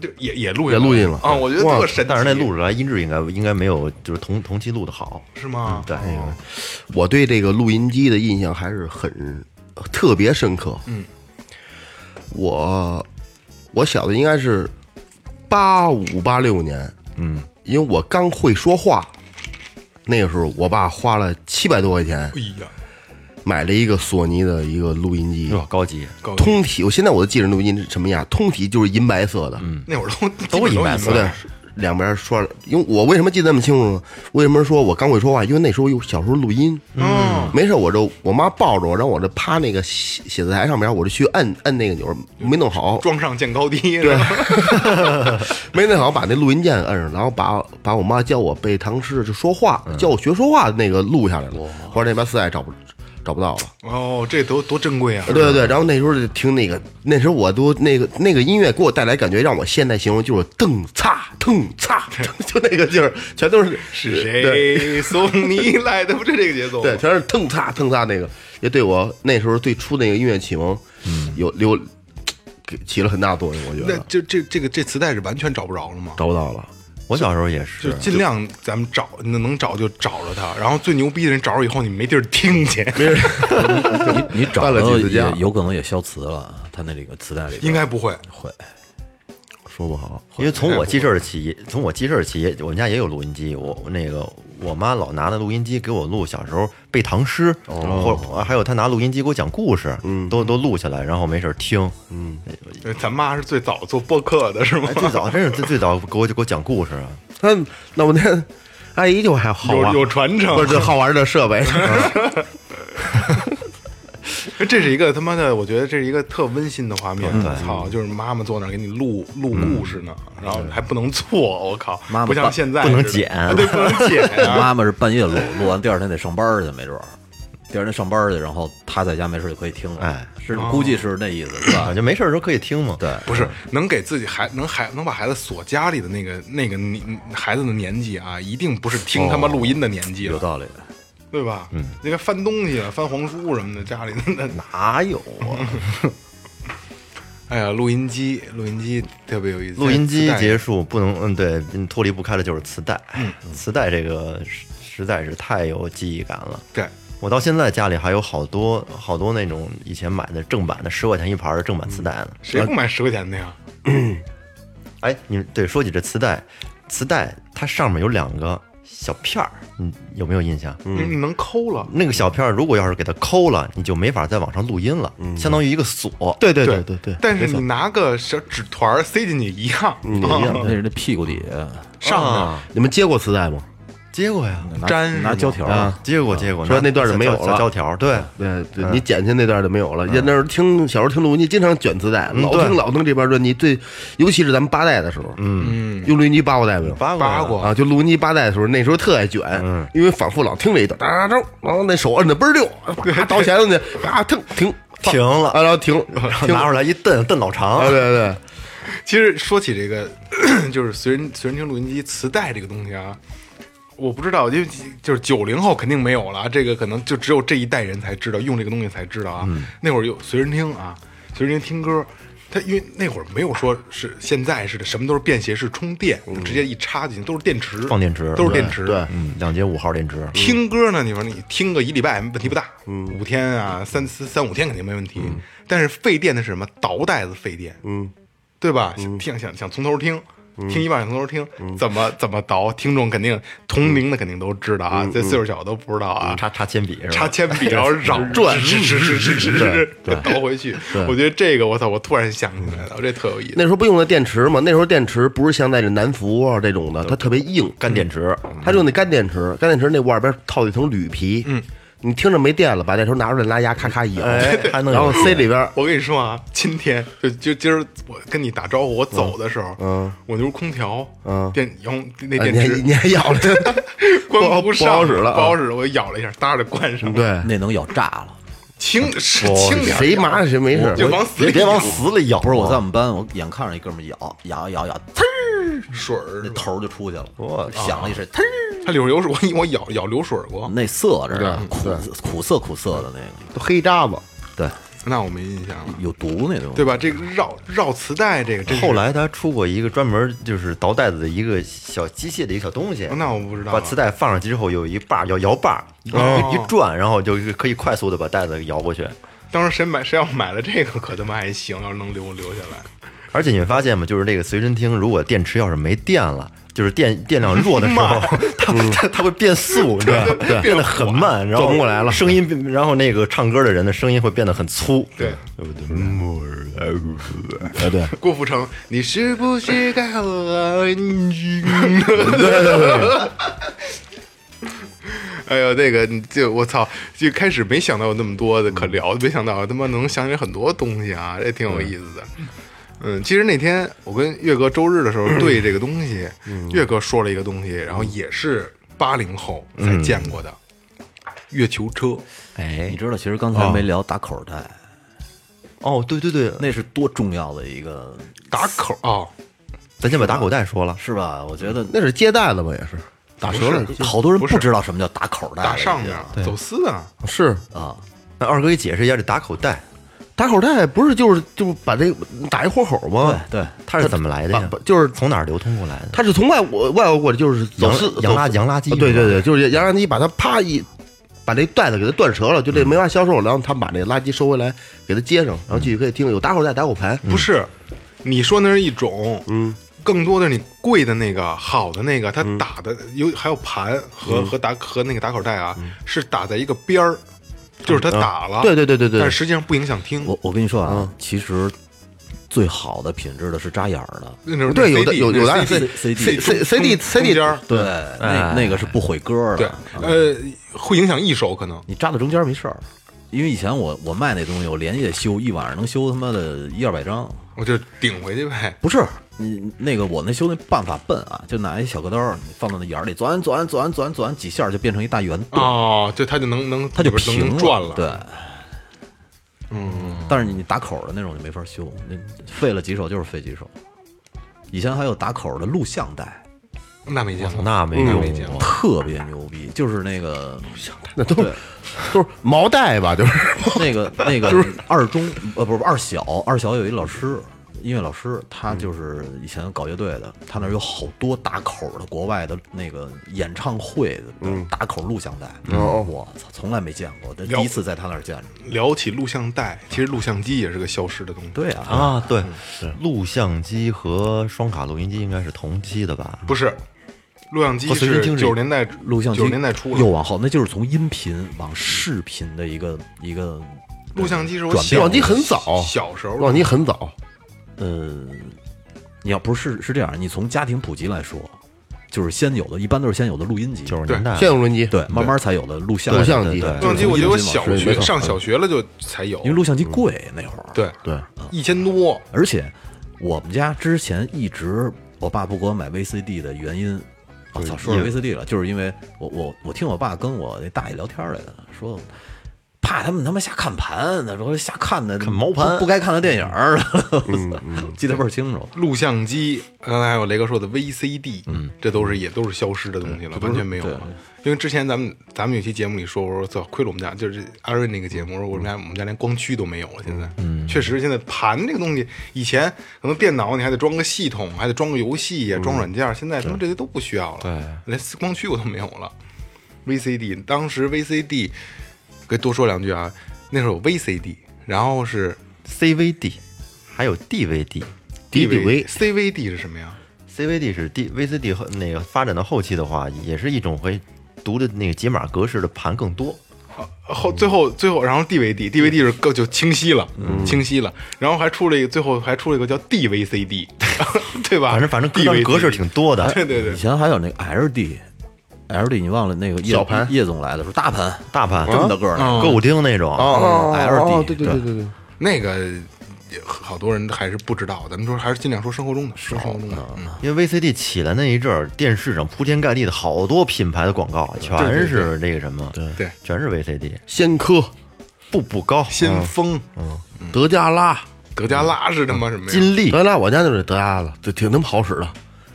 Speaker 1: 就也也录
Speaker 2: 也录进了
Speaker 1: 了啊，我觉得特神奇。
Speaker 3: 但是那录出来音质应该应该没有就是同同期录的好。
Speaker 1: 是
Speaker 4: 啊
Speaker 1: 吗？
Speaker 4: 哦
Speaker 3: 对，哎
Speaker 2: 我对这个录音机的印象还是很特别深刻。
Speaker 1: 嗯，
Speaker 2: 我我小的应该是八五八六年，
Speaker 3: 嗯，
Speaker 2: 因为我刚会说话，那个时候我爸花了七百多块钱
Speaker 1: 哎呀，
Speaker 2: 买了一个索尼的一个录音机，
Speaker 3: 哟，高级，
Speaker 1: 高级
Speaker 2: 通体，我现在我都记着录音是什么样，通体就是银白色的，嗯，
Speaker 1: 那会儿都
Speaker 3: 都一般
Speaker 1: 基本
Speaker 2: 对，两边说了，因为我为什么记得那么清楚呢？为什么说我刚会说话？因为那时候有小时候录音，
Speaker 1: 嗯，
Speaker 2: 没事我就我妈抱着我，让我这趴那个写写字台上边，我就去摁摁那个钮儿，没弄 好，
Speaker 1: 装上见高低，对，
Speaker 2: 没弄好把那录音键摁上，然后把把我妈教我背唐诗，就说话，
Speaker 1: 嗯
Speaker 2: 教我学说话的那个录下来了，后来那边四爱找不找不到了。
Speaker 1: 哦，这多多珍贵啊！
Speaker 2: 对对对，然后那时候就听那个，那时候我都那个那个音乐给我带来感觉，让我现在形容就是蹬擦蹬擦，就那个劲儿，全都是
Speaker 1: 是
Speaker 2: 对
Speaker 1: 谁哦送你来的？不是这个节奏吗，
Speaker 2: 对，全是腾擦腾擦那个，也对我那时候对出那个音乐启蒙
Speaker 1: 嗯
Speaker 2: 有留给起了很大作用，我觉
Speaker 1: 那
Speaker 2: 得
Speaker 1: 就这这个这磁带是完全找不着了吗？
Speaker 2: 找不到了。
Speaker 3: 我小时候也，
Speaker 1: 就是尽量咱们找，能能找就找着它。然后最牛逼的人找着以后，你没地儿听去，
Speaker 4: 你你找
Speaker 2: 搬了
Speaker 4: 着
Speaker 2: 几次
Speaker 4: 也
Speaker 2: 家
Speaker 4: 有可能也消磁了，他那里个磁带里边
Speaker 1: 应该不会。
Speaker 4: 会。
Speaker 2: 说不好，
Speaker 3: 因为从我记事儿起，从我记事儿起，我们家也有录音机。我我那个我妈老拿那录音机给我录小时候背唐诗，
Speaker 2: 哦
Speaker 3: 或者还有她拿录音机给我讲故事，
Speaker 2: 嗯
Speaker 3: 都都录下来，然后没事儿听。嗯，
Speaker 1: 对咱妈是最早做播客的是吗
Speaker 3: 哎，？最早真是最最早给我就给我讲故事啊，
Speaker 2: 那嗯那我那阿姨就还好啊
Speaker 1: 有
Speaker 2: 玩，
Speaker 1: 有传承
Speaker 2: 不 是这好玩的设 备，
Speaker 1: 这是一个他妈的，我觉得这是一个特温馨的画面。操，就是妈妈坐那儿给你录录故事呢，然后还不能错，我靠，
Speaker 4: 妈妈
Speaker 1: 不像
Speaker 4: 不
Speaker 1: 现在
Speaker 3: 不能
Speaker 1: 似的
Speaker 3: 剪
Speaker 1: 啊对，不能剪 啊。
Speaker 4: 妈妈是半夜录，录完第二天得上班去，没准儿。第二天上班去，然后他在家没事就可以听了。
Speaker 3: 哎，
Speaker 4: 是估计是那意思，是吧
Speaker 3: 啊，？就没事儿的时候可以听嘛。对，
Speaker 1: 不是能给自己孩能孩能把孩子锁家里的那个那个年孩子的年纪啊，一定不是听他妈录音的年纪
Speaker 4: 有
Speaker 1: 了，
Speaker 4: 道理。
Speaker 1: 对吧？嗯，应该翻东西了，翻黄书什么的，家里那
Speaker 3: 哪有啊？
Speaker 1: 哎呀，录音机，录音机特别有意思。
Speaker 3: 录音机
Speaker 1: 磁带
Speaker 3: 结束不能，嗯，对，嗯脱离不开的就是磁带。
Speaker 2: 嗯
Speaker 3: 磁带这个实实在是太有记忆感了。
Speaker 1: 对，
Speaker 3: 我到现在家里还有好多好多那种以前买的正版的十块钱一盘儿的正版磁带呢。
Speaker 2: 嗯
Speaker 1: 谁不买十块钱的呀？
Speaker 3: 哎，你们对，说起这磁带，磁带它上面有两个小片儿，你有没有印象？
Speaker 2: 嗯
Speaker 1: 你你能抠了，
Speaker 3: 那个小片儿如果要是给它抠了，你就没法在网上录音了，相当于一个锁。
Speaker 2: 嗯对对
Speaker 1: 对
Speaker 2: 对对，
Speaker 1: 但是你拿个小纸团儿塞进去一样，啊
Speaker 2: 你嗯一样。
Speaker 4: 哎那是那屁股底下
Speaker 1: 上面
Speaker 3: 啊
Speaker 2: 你们接过 磁带吗？
Speaker 3: 接过呀，
Speaker 4: 拿
Speaker 1: 粘是吗
Speaker 4: 拿胶条
Speaker 3: 啊，接过接过，
Speaker 2: 嗯说
Speaker 3: 拿
Speaker 2: 那段儿
Speaker 3: 小
Speaker 2: 没有
Speaker 3: 小
Speaker 2: 了嗯
Speaker 3: 小胶条，对，
Speaker 2: 对，
Speaker 1: 嗯
Speaker 2: 对你剪去那段就没有了。那时候听小时候听录音机，经常卷磁带，
Speaker 1: 嗯
Speaker 2: 老
Speaker 3: 对
Speaker 2: 听老听这边专辑，最尤其是咱们八代的时候，嗯，用录音机扒过带没有？
Speaker 3: 扒
Speaker 1: 扒过
Speaker 3: 过呀。
Speaker 2: 啊，就录音机八代的时候，那时候特爱卷，嗯，因为反复老听这一段，哒哒哒，然后那手摁的倍儿溜，啪倒前头去，啊，停停放
Speaker 3: 停了
Speaker 2: 啊，然后停，
Speaker 3: 然后
Speaker 2: 停，
Speaker 3: 拿出来一蹬，蹬老长
Speaker 2: 啊，对，对，
Speaker 1: 其实说起这个， 就是随身随身听录音机、磁带这个东西啊，我不知道，因为就是九零后肯定没有了啊，这个可能就只有这一代人才知道，用这个东西才知道啊。
Speaker 2: 嗯
Speaker 1: 那会儿有随身听啊，随身听听歌。它因为那会儿没有说是现在似的，什么都是便携式充电，
Speaker 2: 嗯
Speaker 1: 直接一插进去都是电池，
Speaker 3: 放电池
Speaker 1: 都是电池。
Speaker 2: 对
Speaker 3: 嗯，两节五号电池，嗯
Speaker 1: 听歌呢，你说你听个一礼拜问题不大，五天啊，三三三五天肯定没问题。但是费电的是什么？倒带子费电，嗯，对吧？想听想想从头听，听一半想从头听，怎么怎么倒？听众肯定同龄的肯定都知道啊，这岁数小的都不知道啊。
Speaker 3: 插插铅笔是吧？
Speaker 1: 插铅笔，然后绕转，是是是是是是， 嗯倒回去。我觉得这个，我操，我突然想起来了，这特有意思
Speaker 2: 那。时候不用的电池嘛，那时候电池不是像在这南孚啊这种的，它特别硬，嗯
Speaker 3: 干电池，嗯
Speaker 2: 它就那干电池，干电池那外边套一层铝皮，嗯，你听着没电了，把电池拿出来拿牙咔咔一咬，
Speaker 3: 哎，还能
Speaker 2: 然后
Speaker 3: 有
Speaker 2: 塞里边儿，
Speaker 1: 我跟你说啊，今天就就今儿我跟你打招呼，我走的时候，嗯，我就是空调，嗯，电然后那
Speaker 2: 啊
Speaker 1: 电
Speaker 2: 你还
Speaker 1: 池
Speaker 2: 你还咬了，
Speaker 1: 关不上，
Speaker 2: 不好使了啊
Speaker 1: 不好使了，我咬了一下，搭着关上，，
Speaker 2: 对，
Speaker 4: 那能咬炸了。
Speaker 1: 轻是
Speaker 3: 哦
Speaker 1: 轻点儿，
Speaker 2: 谁麻烦谁没事儿，
Speaker 1: 就往死
Speaker 3: 别
Speaker 1: 里
Speaker 3: 别往
Speaker 1: 咬
Speaker 3: 死里咬啊。
Speaker 4: 不是我在我们班，我眼看着一哥们儿咬咬咬咬，呲儿
Speaker 1: 水儿
Speaker 4: 那，头儿就出去了，
Speaker 3: 我
Speaker 4: 响了一声，呲儿
Speaker 1: 它里边有水，我我咬咬流水过，
Speaker 4: 那色着呢，苦苦涩苦涩的那个，
Speaker 2: 都黑渣子，
Speaker 4: 对，
Speaker 1: 那我没印象了，
Speaker 4: 有毒那东西
Speaker 1: 对。吧？这个绕绕磁带这个，真是
Speaker 3: 后来他出过一个专门就是倒带子的一个小机械的一个小东西，
Speaker 1: 那我不知道
Speaker 3: 把磁带放上去之后有一把摇摇把，一一转，然后就可以快速的把带子给摇过去。
Speaker 1: 当时谁买谁要买了这个，可他妈还行，要是能留留下来。
Speaker 3: 而且你们发现吗？就是这个随身听，如果电池要是没电了，就是电电量弱的时候，它它它会变速，你知道吗？变得很慢，然后
Speaker 5: 做不过来了
Speaker 3: 声音变，然后那个唱歌的人的声音会变得很粗。
Speaker 1: 对，嗯
Speaker 5: 哎，对，
Speaker 1: 郭富城，你是不是啊该我安静？哎呦，那个，你就我操，就开始没想到有那么多的可聊，没想到他妈能想起来很多东西啊，这挺有意思的。嗯，其实那天我跟岳哥周日的时候对这个东西，岳哥说了一个东西，然后也是八零后才见过的、月球车，
Speaker 3: 哎
Speaker 4: 你，知道，其实刚
Speaker 1: 啊
Speaker 4: 才没聊打口袋，
Speaker 3: 哦，对对对，
Speaker 4: 那是多重要的一个，
Speaker 1: 打口啊、哦，
Speaker 3: 咱先把打口袋说了，
Speaker 4: 是吧？我觉得
Speaker 2: 那是接待的吧？也是
Speaker 1: 打折了，
Speaker 4: 好多人
Speaker 1: 不是
Speaker 4: 不知道什么叫打口袋了已经，
Speaker 1: 打上面走私啊，
Speaker 2: 是
Speaker 4: 啊，
Speaker 3: 那二哥给解释一下这打口袋，
Speaker 2: 打口袋，不是就是就把这打一豁口吗？
Speaker 4: 哎对对，
Speaker 3: 它是怎么来的呀
Speaker 2: 把？就是
Speaker 3: 从哪儿流通过来的？
Speaker 2: 他是从外国外国过来，就是走
Speaker 3: 洋
Speaker 2: 私走
Speaker 3: 洋垃
Speaker 2: 私
Speaker 3: 洋垃圾
Speaker 2: 啊对对
Speaker 3: 是吧
Speaker 2: 对，就是洋垃圾，把它啪一把这袋子给它断折了，就
Speaker 3: 嗯
Speaker 2: 这没法销售，然后他们把这垃圾收回来，给它接上，然后继续可以听有打口袋、打口盘，
Speaker 3: 嗯
Speaker 1: 不是，你说那是一种，嗯，更多的是你贵的那个好的那个，它
Speaker 2: 嗯
Speaker 1: 打的有还有盘和和打和那个打口袋啊，是打在一个边儿，就是它打了，
Speaker 2: 嗯啊对对对对对
Speaker 1: 但实际上不影响听。
Speaker 4: 我我跟你说
Speaker 1: 嗯
Speaker 4: 啊，其实最好的品质的是扎眼儿的，
Speaker 1: 那种
Speaker 2: 对，有
Speaker 1: CD
Speaker 2: 的有
Speaker 1: 那
Speaker 2: 有的
Speaker 1: CD
Speaker 4: C- CD
Speaker 2: C C C D
Speaker 1: 中
Speaker 2: C
Speaker 1: 中
Speaker 2: D
Speaker 1: 间儿
Speaker 4: 对，那那个是不毁歌
Speaker 1: 对
Speaker 4: 的，，啊
Speaker 1: 呃，会影响一首可能。
Speaker 4: 你扎到中间没事儿。因为以前我我卖那东西，我连夜修，一晚上能修他妈的一二百张。
Speaker 1: 我就顶回去 呗，
Speaker 4: 不是，你那个我那修那办法笨啊，就拿一小割刀儿你放到那眼儿里，钻钻钻钻钻几下儿就变成一大圆洞，
Speaker 1: 哦，就它就能能，
Speaker 4: 它就
Speaker 1: 里边
Speaker 4: 平
Speaker 1: 能能转了，
Speaker 4: 了。，对，嗯，但是你打口儿的那种就没法修，那费了几手就是费几手。以前还有打口儿的录像带，
Speaker 1: 那没见过，
Speaker 3: 那没
Speaker 1: 那
Speaker 3: 用
Speaker 1: 没见过，
Speaker 4: 特别牛逼，就是那个
Speaker 2: 那都是都是毛带吧，就是
Speaker 4: 那个那个二中呃不是二小二小有一老师音乐老师，他就是以前搞乐队的，他那儿有好多打口的国外的那个演唱会的打口录像带，我操，从来没见过，这
Speaker 1: 了
Speaker 4: 第一次在他那儿见着。
Speaker 1: 聊起录像带，其实录像机也是个消失的东西。
Speaker 4: 对啊，
Speaker 3: 啊，对，录像机和双卡录音机应该是同期的吧？
Speaker 1: 不是，录像机
Speaker 3: 和随身
Speaker 1: 是
Speaker 3: 听
Speaker 1: 九十
Speaker 3: 是
Speaker 1: 年代
Speaker 4: 录像机
Speaker 1: 九十年代初了，
Speaker 4: 又往后，那就是从音频往视频的一个一个
Speaker 1: 录像机是我
Speaker 4: 转
Speaker 1: 小
Speaker 2: 录像机很早，
Speaker 1: 小时候
Speaker 2: 录像机很早，
Speaker 4: 呃，你要不是是这样，你从家庭普及来说，就是先有的，一般都是先有的录音机，
Speaker 3: 九十年代
Speaker 2: 现在有录音机，
Speaker 4: 对，慢慢才有的录像
Speaker 2: 录像机
Speaker 4: 对
Speaker 1: 录像机，我觉得我小
Speaker 2: 是没
Speaker 1: 学
Speaker 2: 错
Speaker 1: 上小学了就才有
Speaker 4: 因，为录像机贵、那会儿。，
Speaker 1: 对，
Speaker 2: 对，
Speaker 1: 一千多，
Speaker 4: 而且我们家之前一直我爸不给我买 VCD 的原因，我、操，说到 VCD 了，就是因为我我我听我爸跟我那大爷聊天来的，说。怕他们他妈瞎看盘，他说瞎看的看
Speaker 3: 毛盘
Speaker 4: 不该看的电影儿， 记得倍儿清楚。
Speaker 1: 录像机，刚才还有雷哥说的 VCD，嗯，这都是也都是消失的东西了，完全没有了。因为之前咱们咱们有期节目里说，我说操，亏了我们家就是阿瑞那个节目，我说我们家我们家连光驱都没有了，现在，嗯，确实现在盘这个东西，以前可能电脑你还得装个系统，还得装个游戏呀，装软件，现在他们这些都不需要了，嗯对，连光驱我都没有了。VCD，当时 VCD，给多说两句啊，那时候有 VCD，然后是
Speaker 3: CVD，还有 DVD。
Speaker 2: DVD
Speaker 1: CVD 是什么呀？
Speaker 3: CVD 是 D VCD 后那个发展到后期的话，也是一种会读的那个解码格式的盘更多。
Speaker 1: 后最后最后，然后 DVD，DVD 是更就清晰了，
Speaker 3: 嗯
Speaker 1: 清晰了。然后还出了一个，最后还出了一个叫 DVCD，对 吧？
Speaker 3: 反正反正各
Speaker 1: DVCD
Speaker 3: 种格式挺多的，
Speaker 1: 对对对
Speaker 4: 以，前还有那个 LD，LD 你忘了那个叶
Speaker 2: 小盘
Speaker 4: 叶总来的时候大盘
Speaker 3: 大盘
Speaker 4: 这么大个儿呢，
Speaker 3: 歌舞厅那种。
Speaker 2: 哦哦，
Speaker 4: LD
Speaker 2: 对对对对对，
Speaker 1: 那个也好多人还是不知道，咱们说还是尽量说生活中的，说生活中的。嗯
Speaker 3: 因为 VCD 起来那一阵儿，电视上铺天盖地的好多品牌的广告，全是这个什么，对
Speaker 1: 对
Speaker 3: 全是 VCD。
Speaker 2: 仙科、
Speaker 3: 步步高、
Speaker 1: 先锋、
Speaker 3: 嗯
Speaker 2: 德加拉，
Speaker 1: 德加拉是他妈什么呀？
Speaker 3: 哦金立
Speaker 2: 德加拉，我家就是德加拉了，就挺他妈好使的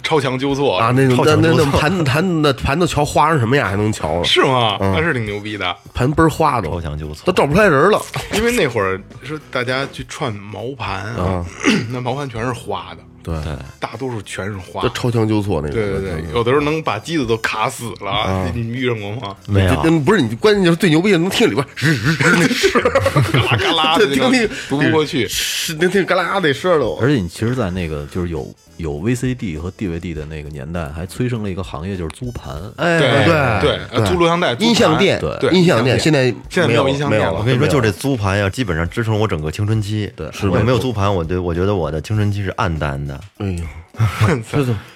Speaker 1: 超强纠错
Speaker 2: 啊，那
Speaker 3: 超
Speaker 2: 那
Speaker 3: 强
Speaker 2: 那
Speaker 3: 不
Speaker 2: 那
Speaker 3: 错
Speaker 2: 盘盘那盘都瞧花成什么样还能瞧呢？
Speaker 1: 是吗？
Speaker 3: 嗯
Speaker 1: 那是挺牛逼的，
Speaker 2: 盘倍儿花
Speaker 3: 超
Speaker 2: 都
Speaker 3: 强纠
Speaker 2: 都
Speaker 3: 错，
Speaker 2: 找不出来人了。
Speaker 3: 嗯
Speaker 1: 因为那会儿说大家去串毛盘啊，那毛盘全是花的。
Speaker 2: 对，
Speaker 1: 大多数全是花
Speaker 2: 就。超强纠错那种。
Speaker 1: 对对对，有的时候能把机子都卡死了，你你遇上过吗？
Speaker 3: 没有
Speaker 2: 这，这不是你，关键就是最牛逼的，能听里边日日日那声儿，
Speaker 1: 嘎啦嘎啦的 那
Speaker 2: 对听
Speaker 1: 种
Speaker 2: 那个
Speaker 1: 读不过去。
Speaker 2: 是那那嘎啦那声儿都。
Speaker 4: 而且你其实，在那个就是有有 VCD 和 DVD 的那个年代，还催生了一个行业，就是租盘。
Speaker 2: 哎
Speaker 1: 对啊
Speaker 2: 对
Speaker 1: 对，租录像带、租
Speaker 2: 音像
Speaker 1: 盘
Speaker 2: 店
Speaker 4: 对，
Speaker 1: 对
Speaker 2: 音像店
Speaker 1: 现
Speaker 2: 现
Speaker 1: 在
Speaker 2: 在
Speaker 1: 现在没
Speaker 2: 没
Speaker 1: 有
Speaker 2: 有
Speaker 1: 音像
Speaker 2: 没有
Speaker 1: 店了
Speaker 2: 了
Speaker 3: 我跟你说，就这租盘呀，基本上支撑我整个青春期。
Speaker 4: 对
Speaker 3: 是要没有租盘，我对我觉得我的青春期是暗淡的。
Speaker 2: 哎呦，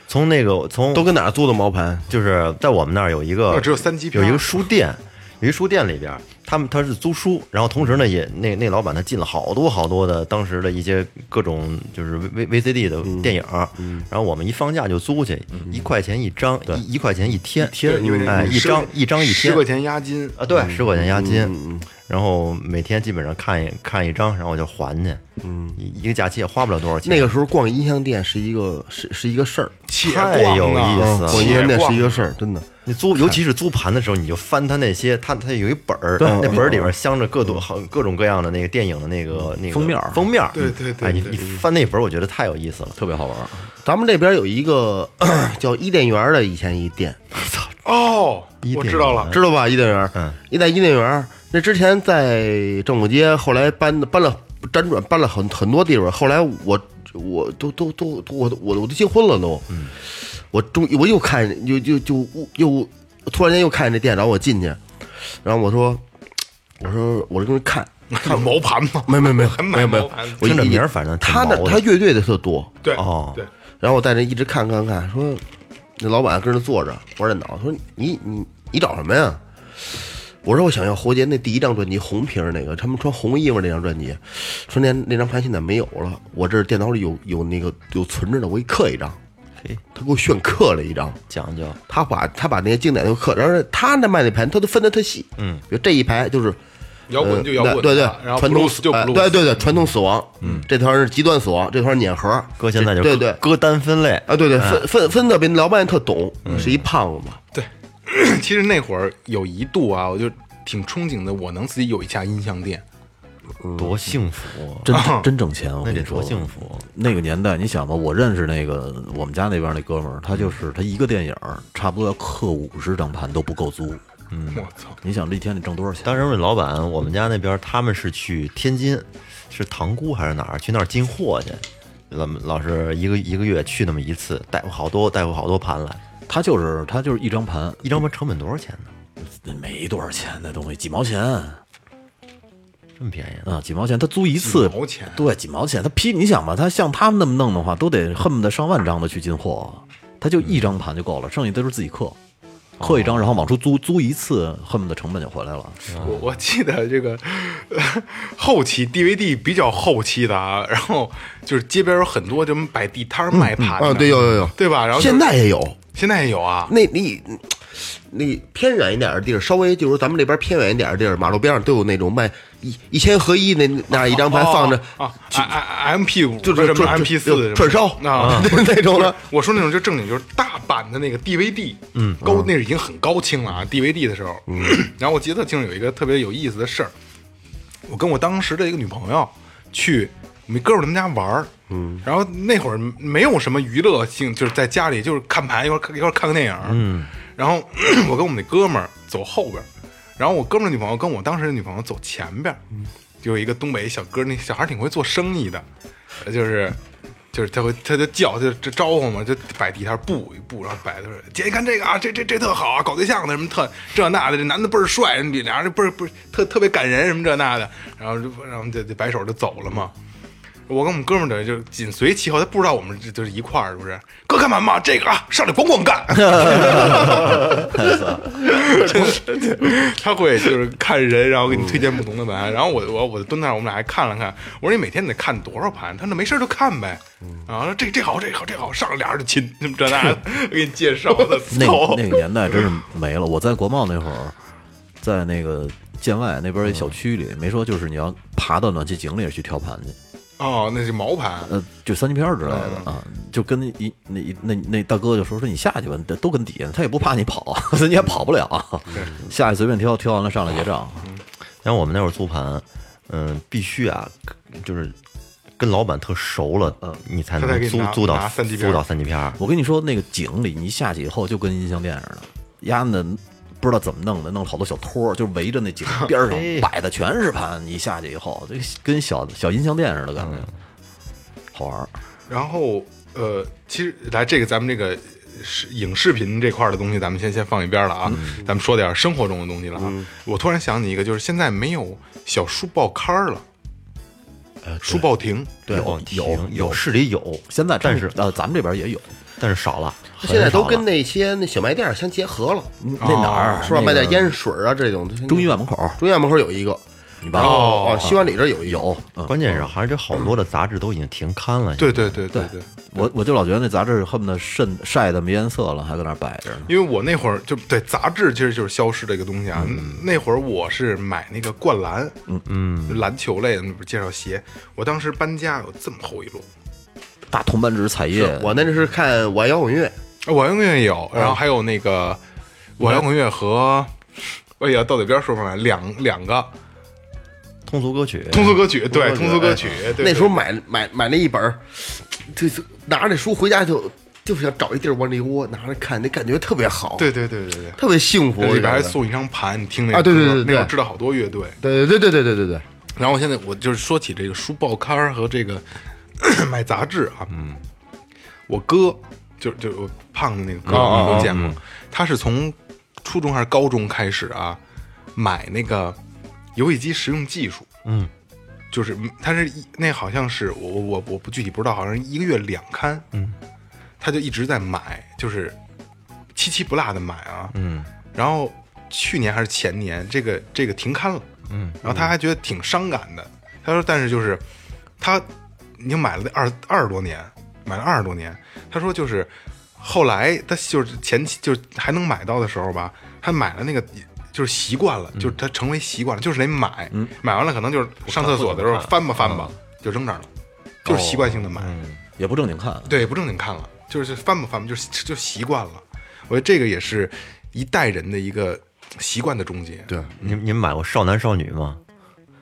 Speaker 3: 从那个从
Speaker 2: 都跟哪儿租的毛盘？
Speaker 3: 就是在我们那儿有一个
Speaker 1: 那哦只有三级片
Speaker 3: 有一个书店，有一书店里边儿，他们他是租书，然后同时呢也那那老板他进了好多好多的当时的一些各种就是 V V C D 的
Speaker 1: 嗯
Speaker 3: 电影儿，然后我们一放假就租去，一块钱一张，一一块钱一天，
Speaker 1: 对因为那
Speaker 3: 哎
Speaker 1: 种
Speaker 3: 一
Speaker 1: 十
Speaker 3: 张
Speaker 1: 块
Speaker 3: 一张一
Speaker 1: 十
Speaker 3: 天
Speaker 1: 块钱押金，
Speaker 3: 啊对，十块钱押金。然后每天基本上看一看一张，然后我就还去。嗯，一个假期也花不了多少钱。
Speaker 2: 那个时候逛音像店是一个是是一个事儿，
Speaker 1: 且
Speaker 3: 太
Speaker 1: 逛
Speaker 3: 有
Speaker 1: 呢
Speaker 3: 意思了
Speaker 2: 逛音像店是一
Speaker 1: 嗯
Speaker 2: 个事儿，真的。
Speaker 3: 你租，尤其是租盘的时候，你就翻它那些，它它有一本儿，那本儿里边镶着各种好各种各样的那个电影的那个那个
Speaker 4: 封面儿
Speaker 3: 封面儿
Speaker 1: 对对对
Speaker 3: 哎，你
Speaker 1: 对
Speaker 3: 你翻那本儿，我觉得太有意思了。
Speaker 4: 特别好玩儿，
Speaker 2: 咱们这边有一个 叫伊甸园儿的，以前一店，
Speaker 1: 哦，我知道了，
Speaker 2: 知道吧？伊甸园儿，
Speaker 3: 嗯
Speaker 2: 一在伊甸园儿，那之前在政府街，后来搬搬了，辗转搬了很很多地方。后来我我都都都都我我我都结婚了都，
Speaker 3: 嗯
Speaker 2: 我终于我又看又又就又突然间又看见这店，然后我进去，然后我说我说我就跟着看，
Speaker 1: 看毛盘吗？
Speaker 2: 没没没
Speaker 1: 还买
Speaker 2: 没 有没
Speaker 1: 毛
Speaker 2: 有
Speaker 1: 盘，
Speaker 2: 我
Speaker 3: 听着
Speaker 2: 一
Speaker 3: 名儿反正挺
Speaker 2: 他那
Speaker 3: 毛的
Speaker 2: 他乐队的特多，
Speaker 1: 对
Speaker 3: 哦
Speaker 1: 对，
Speaker 2: 然后我在那一直看看看，说那老板跟那坐着玩电脑，说你你你找什么呀？我说我想要侯杰那第一张专辑红皮儿那个，他们穿红衣服那张专辑，说那那张盘现在没有了，我这电脑里有有那个有存着的，我给刻一张。
Speaker 3: 嘿，
Speaker 2: 他给我炫刻了一张，
Speaker 3: 讲究，
Speaker 2: 他把他把那些经典都刻，然后他那卖那盘他都分的特细，嗯，比如这一排就是
Speaker 1: 摇滚就摇滚啊
Speaker 2: 呃，对对，
Speaker 1: 然后
Speaker 2: 传
Speaker 1: blues
Speaker 2: 统
Speaker 1: 就
Speaker 2: 哎
Speaker 1: blues
Speaker 2: 对对对，传统死亡，嗯，这团是极端死亡，这团是碾核，
Speaker 3: 哥现在就
Speaker 2: 这对对
Speaker 3: 歌单分类，
Speaker 2: 啊，
Speaker 4: 嗯
Speaker 2: 对对，分分分特别，老板也特懂，是一胖子嘛，
Speaker 1: 其实那会儿有一度啊，我就挺憧憬的，我能自己有一家音像店。
Speaker 3: 多幸福，啊
Speaker 4: 真真挣钱，我
Speaker 3: 那
Speaker 4: 跟
Speaker 3: 得
Speaker 4: 你说
Speaker 3: 多。幸福。啊
Speaker 4: 那个年代，你想吧，我认识那个我们家那边那哥们儿，他就是他一个电影儿差不多要刻五十张盘都不够租。
Speaker 2: 嗯
Speaker 1: 我操，
Speaker 4: 你想这一天得挣多少钱？
Speaker 3: 当时我们老板，我们家那边他们是去天津，是塘沽还是哪儿？去那儿进货去。老老是一个一个月去那么一次，带回好多带回好多盘来，
Speaker 4: 他就是他就是一张盘，
Speaker 3: 一张盘成本多少钱呢？
Speaker 4: 没多少钱那东西，几毛钱啊，
Speaker 3: 这么便宜呢？
Speaker 4: 几毛钱。他租一次
Speaker 1: 几毛钱啊
Speaker 4: 对，几毛钱。他批你想吧，他像他们那么弄的话，都得恨不得上万张的去进货，他就一张盘就够了，剩下都是自己刻，刻一
Speaker 3: 哦
Speaker 4: 张，然后往出租，租一次恨不得成本就回来了。
Speaker 1: 我我记得这个呃后期 DVD 比较后期的啊，然后就是街边有很多这么摆地摊儿卖盘的
Speaker 2: 啊，对，有有有，
Speaker 1: 对吧？然后就是
Speaker 2: 现在也有，
Speaker 1: 现在也有啊，
Speaker 2: 那你那偏远一点的地儿，稍微就是咱们这边偏远一点的地儿，马路边上都有那种卖一一千合一那那一张盘放
Speaker 4: 哦
Speaker 2: 着，
Speaker 1: 啊，M M P 五
Speaker 2: 就是
Speaker 1: 什么
Speaker 2: 转
Speaker 1: M P 四
Speaker 2: 转烧
Speaker 1: 啊，
Speaker 2: 那种的，
Speaker 1: 我说那种就正经就是大版的那个 DVD，嗯，高那是已经很高清了啊，DVD 的时候。
Speaker 2: 嗯
Speaker 1: 然后我记得清楚有一个特别有意思的事儿，我跟我当时的一个女朋友去我们哥们儿他们家玩儿，嗯，然后那会儿没有什么娱乐性，就是在家里就是看盘一块儿看一块儿看个电影，嗯，然后 我跟我们那哥们儿走后边儿，然后我哥们儿的女朋友跟我当时的女朋友走前边儿，就有一个东北小哥，那小孩儿挺会做生意的，呃就是。就是他会，他就叫，就就招呼嘛，就摆地摊布一布，然后摆的是姐，你看这个啊，这这这特好啊，搞对象的什么特这那的，这男的倍儿帅，你俩人倍儿倍儿特特别感人什么这那的，然后就然后就就摆手就走了嘛。我跟我们哥们儿的就是紧随其后，他不知道我们这就是一块儿，是不是？哥干嘛嘛？这个啊，上来咣 咣干！真的，他会就是看人，然后给你推荐不同的
Speaker 4: 嗯
Speaker 1: 盘。然后我我我就蹲那儿，我们俩还看了看。我说你每天你得看多少盘？他说没事儿就看呗。
Speaker 4: 嗯
Speaker 1: 然后说这这好这好这好，上来俩人就亲，什么这 那的，给你介绍的
Speaker 4: 那
Speaker 1: 操
Speaker 4: 个那个年代真是没了。我在国贸那会儿，在那个建外那边一小区里，没说就是你要爬到暖气井里去挑盘去，
Speaker 1: 哦，那是毛盘。
Speaker 4: 呃，就三级片儿之类的啊，就跟那一那一那那大哥就说说你下去吧，都都跟底下，他也不怕你跑， 你也跑不了，下去随便挑，挑完了上来结账。
Speaker 3: 然后我们那会儿租盘，嗯，必须啊，就是跟老板特熟了，你才
Speaker 1: 嗯他才给你
Speaker 3: 能租
Speaker 1: 拿
Speaker 3: 租
Speaker 1: 拿
Speaker 3: 到
Speaker 1: 三级片
Speaker 3: 租到三级片儿。
Speaker 4: 我跟你说，那个井里你一下去以后，就跟音像店似的，丫的不知道怎么弄的，弄了好多小托儿，就围着那井边上摆的全是盘。你一下去以后，就跟小小音像店似的感觉，好玩儿。
Speaker 1: 然后呃，其实来这个咱们这个视影视频这块儿的东西，咱们先先放一边儿了啊，咱们说点儿生活中的东西了啊。我突然想起一个，就是现在没有小书报刊儿了，书报亭
Speaker 3: 对
Speaker 1: 哦有
Speaker 3: 有有市里有，
Speaker 4: 现在
Speaker 3: 但
Speaker 4: 真
Speaker 3: 是
Speaker 4: 呃，咱们这边也有，
Speaker 3: 但是少了，
Speaker 2: 他现在都
Speaker 3: 很少
Speaker 2: 跟
Speaker 3: 了
Speaker 2: 那些那小卖店相结合了，
Speaker 4: 那哪儿
Speaker 2: 是吧？卖
Speaker 4: 那个
Speaker 2: 点烟水啊这种。
Speaker 4: 中医院门口，
Speaker 2: 中医院门口有一个，
Speaker 4: 你
Speaker 2: 然
Speaker 4: 把
Speaker 2: 后哦，西湾里这儿有一个，
Speaker 4: 有。嗯
Speaker 3: 关键是还是好多的杂志都已经停刊了。
Speaker 1: 对对对对对。
Speaker 4: 我我就老觉得那杂志恨不得渗晒的没颜色了，还搁那儿摆着呢。
Speaker 1: 因为我那会儿就对杂志其实就是消失这个东西啊。那会儿我是买那个灌篮，嗯嗯，篮球类的，那不是介绍鞋。我当时搬家有这么厚一摞，
Speaker 4: 大铜版纸彩页，
Speaker 2: 我那是看玩摇滚乐，
Speaker 1: 呃我摇滚乐也有，然后还有那个我摇滚乐和。哎呀，到嘴边说出来，两两个
Speaker 3: 通俗歌曲，
Speaker 1: 通俗歌曲，对，通俗歌曲，哎对
Speaker 2: 那时候买买买那一本儿，就就拿着书回家就就是想找一地儿往里窝拿着看，那感觉特别好，，
Speaker 1: 对对对对对
Speaker 2: 特别幸福。
Speaker 1: 对，
Speaker 2: 我
Speaker 1: 里边还
Speaker 2: 觉得
Speaker 1: 送一张盘，你听那个
Speaker 2: 啊对对
Speaker 1: 歌
Speaker 2: 对对
Speaker 1: 那会儿知道好多乐队，
Speaker 2: 对对对对对对对
Speaker 1: 然后我现在我就是说起这个书报刊儿和这个 买杂志啊，嗯，我哥就就我胖的那个哥，你都见过，他是从初中还是高中开始啊，买那个游戏机实用技术，嗯，就是他是一那好像是我我我我不具体不知道，好像一个月两刊，嗯，他就一直在买，就是七七不落的买啊，嗯，然后去年还是前年，这个这个停刊了，嗯，然后他还觉得挺伤感的，他说，但是就是他已经买了二二十多年，买了二十多年，他说就是后来他就是前期就是还能买到的时候吧，他买了那个。就是习惯了，就是他成为习惯了，就是得买，买完了可能就是上厕所的时候翻吧翻吧，就扔这儿了，就是习惯性的买。
Speaker 4: 也不正经看。
Speaker 1: 对，不正经看了，就是翻吧翻吧，就是就习惯了。我觉得这个也是一代人的一个习惯的终结。对，
Speaker 3: 你们你们买过少男少女吗？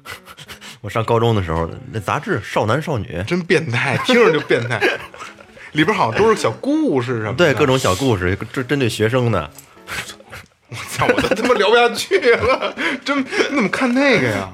Speaker 3: 我上高中的时候，那杂志《少男少女》
Speaker 1: 真变态， 听着就变态。里边好像都是小故事什么的，
Speaker 3: 对各种小故事，针针对学生的。
Speaker 1: 我操，我都他妈聊不下去了。 真，你怎么看那个呀？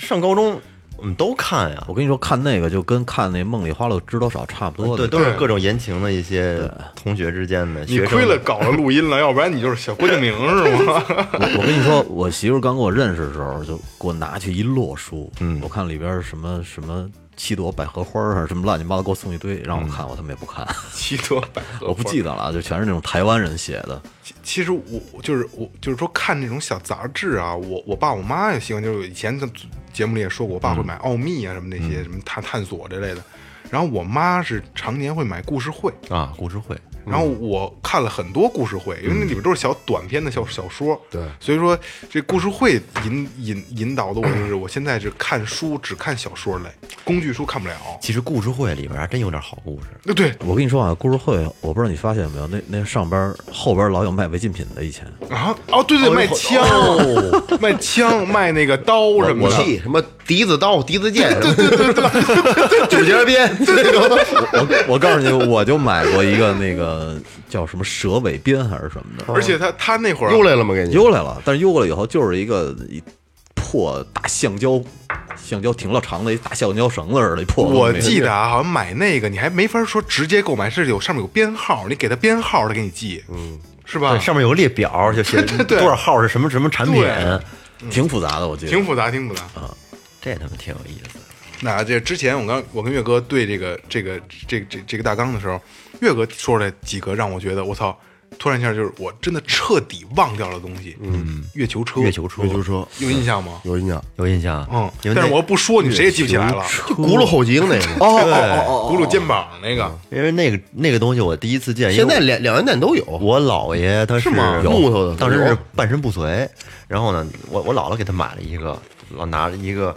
Speaker 3: 上高中我们都看呀
Speaker 4: 我，跟你说，看那个就跟看那《梦里花落知多少》差不多
Speaker 3: 对，
Speaker 4: 的。
Speaker 3: 都是各种言情的一些同学之间的。
Speaker 1: 你
Speaker 3: 学生
Speaker 1: 亏了搞了录音了，要不然你就是小郭敬明是 吗？
Speaker 4: 我我跟你说，我媳妇儿刚跟我认识的时候，就给我拿去一摞书，嗯，我看里边儿什么什么七朵百合花啊，什么乱七八糟，给我送一堆，让我看，我他妈也不 看，
Speaker 1: 七朵百合花，
Speaker 4: 我不记得了啊，就全是那种台湾人写的，
Speaker 1: 其其实我我就是我就是说看那种小杂志啊，我我爸我妈也喜欢，就是以前的节目里也说过，我爸会买奥秘啊什么那些、什么探探索之类的，然后我妈是常年会买故事会，
Speaker 3: 啊，故事会
Speaker 1: 然后我看了很多故事会，因为那里边都是小短篇的小小说，
Speaker 2: 对
Speaker 1: 所以说这故事会引引引导的我就是我现在是看书只看小说类，工具书看不了，
Speaker 3: 其实故事会里边还真有点好故事。
Speaker 1: 那对
Speaker 4: 我跟你说啊，故事会，我不知道你发现没有，那那上边儿后边儿老有卖违禁品的，以前
Speaker 1: 啊哦对对卖枪、卖枪卖那个刀什么
Speaker 2: 武
Speaker 1: 的，
Speaker 2: 器什么笛子刀、笛子剑，对 对对对，九节鞭，
Speaker 4: 我我告诉你，我就买过一个那个叫什么蛇尾鞭还是什么的，
Speaker 1: 而且他他那会儿啊
Speaker 2: 出来了吗？给你，
Speaker 4: 邮来了，但是邮过来以后就是一个一破大橡胶，橡胶挺老长的一大橡胶绳子似的，一破。
Speaker 1: 我记得啊，好像买那个你还没法说直接购买，是有上面有编号，你给他编号，他给你寄，嗯，是吧
Speaker 3: 对，？上面有个列表，就写
Speaker 1: 对对
Speaker 3: 多少号是什么什么产品，
Speaker 1: 对
Speaker 4: 嗯挺复杂的，我记得。
Speaker 1: 挺复杂，挺复杂。
Speaker 3: 这他妈挺有意思。
Speaker 1: 那这之前我刚我跟岳哥对这个这个这个这个这个大纲的时候，岳哥说出来几个让我觉得我操，突然一下就是我真的彻底忘掉了东西。嗯，月球车，
Speaker 3: 月球车，月球车
Speaker 1: 有印象吗？
Speaker 2: 有印象，
Speaker 3: 有印象，
Speaker 1: 嗯，
Speaker 3: 因为
Speaker 1: 但是
Speaker 3: 那
Speaker 1: 我要不说你谁也记不起来了。
Speaker 2: 就轱辘后颈那个。
Speaker 1: 哦哦哦，轱辘肩膀那个，
Speaker 3: 因为那个那个东西我第一次见，因为
Speaker 2: 现在两两元店都有，
Speaker 3: 我姥爷他
Speaker 1: 是吗
Speaker 3: 有
Speaker 2: 哦木头的
Speaker 3: 当时
Speaker 2: 有
Speaker 3: 是半身不遂，然后呢，我我姥姥给他买了一个，老拿着一个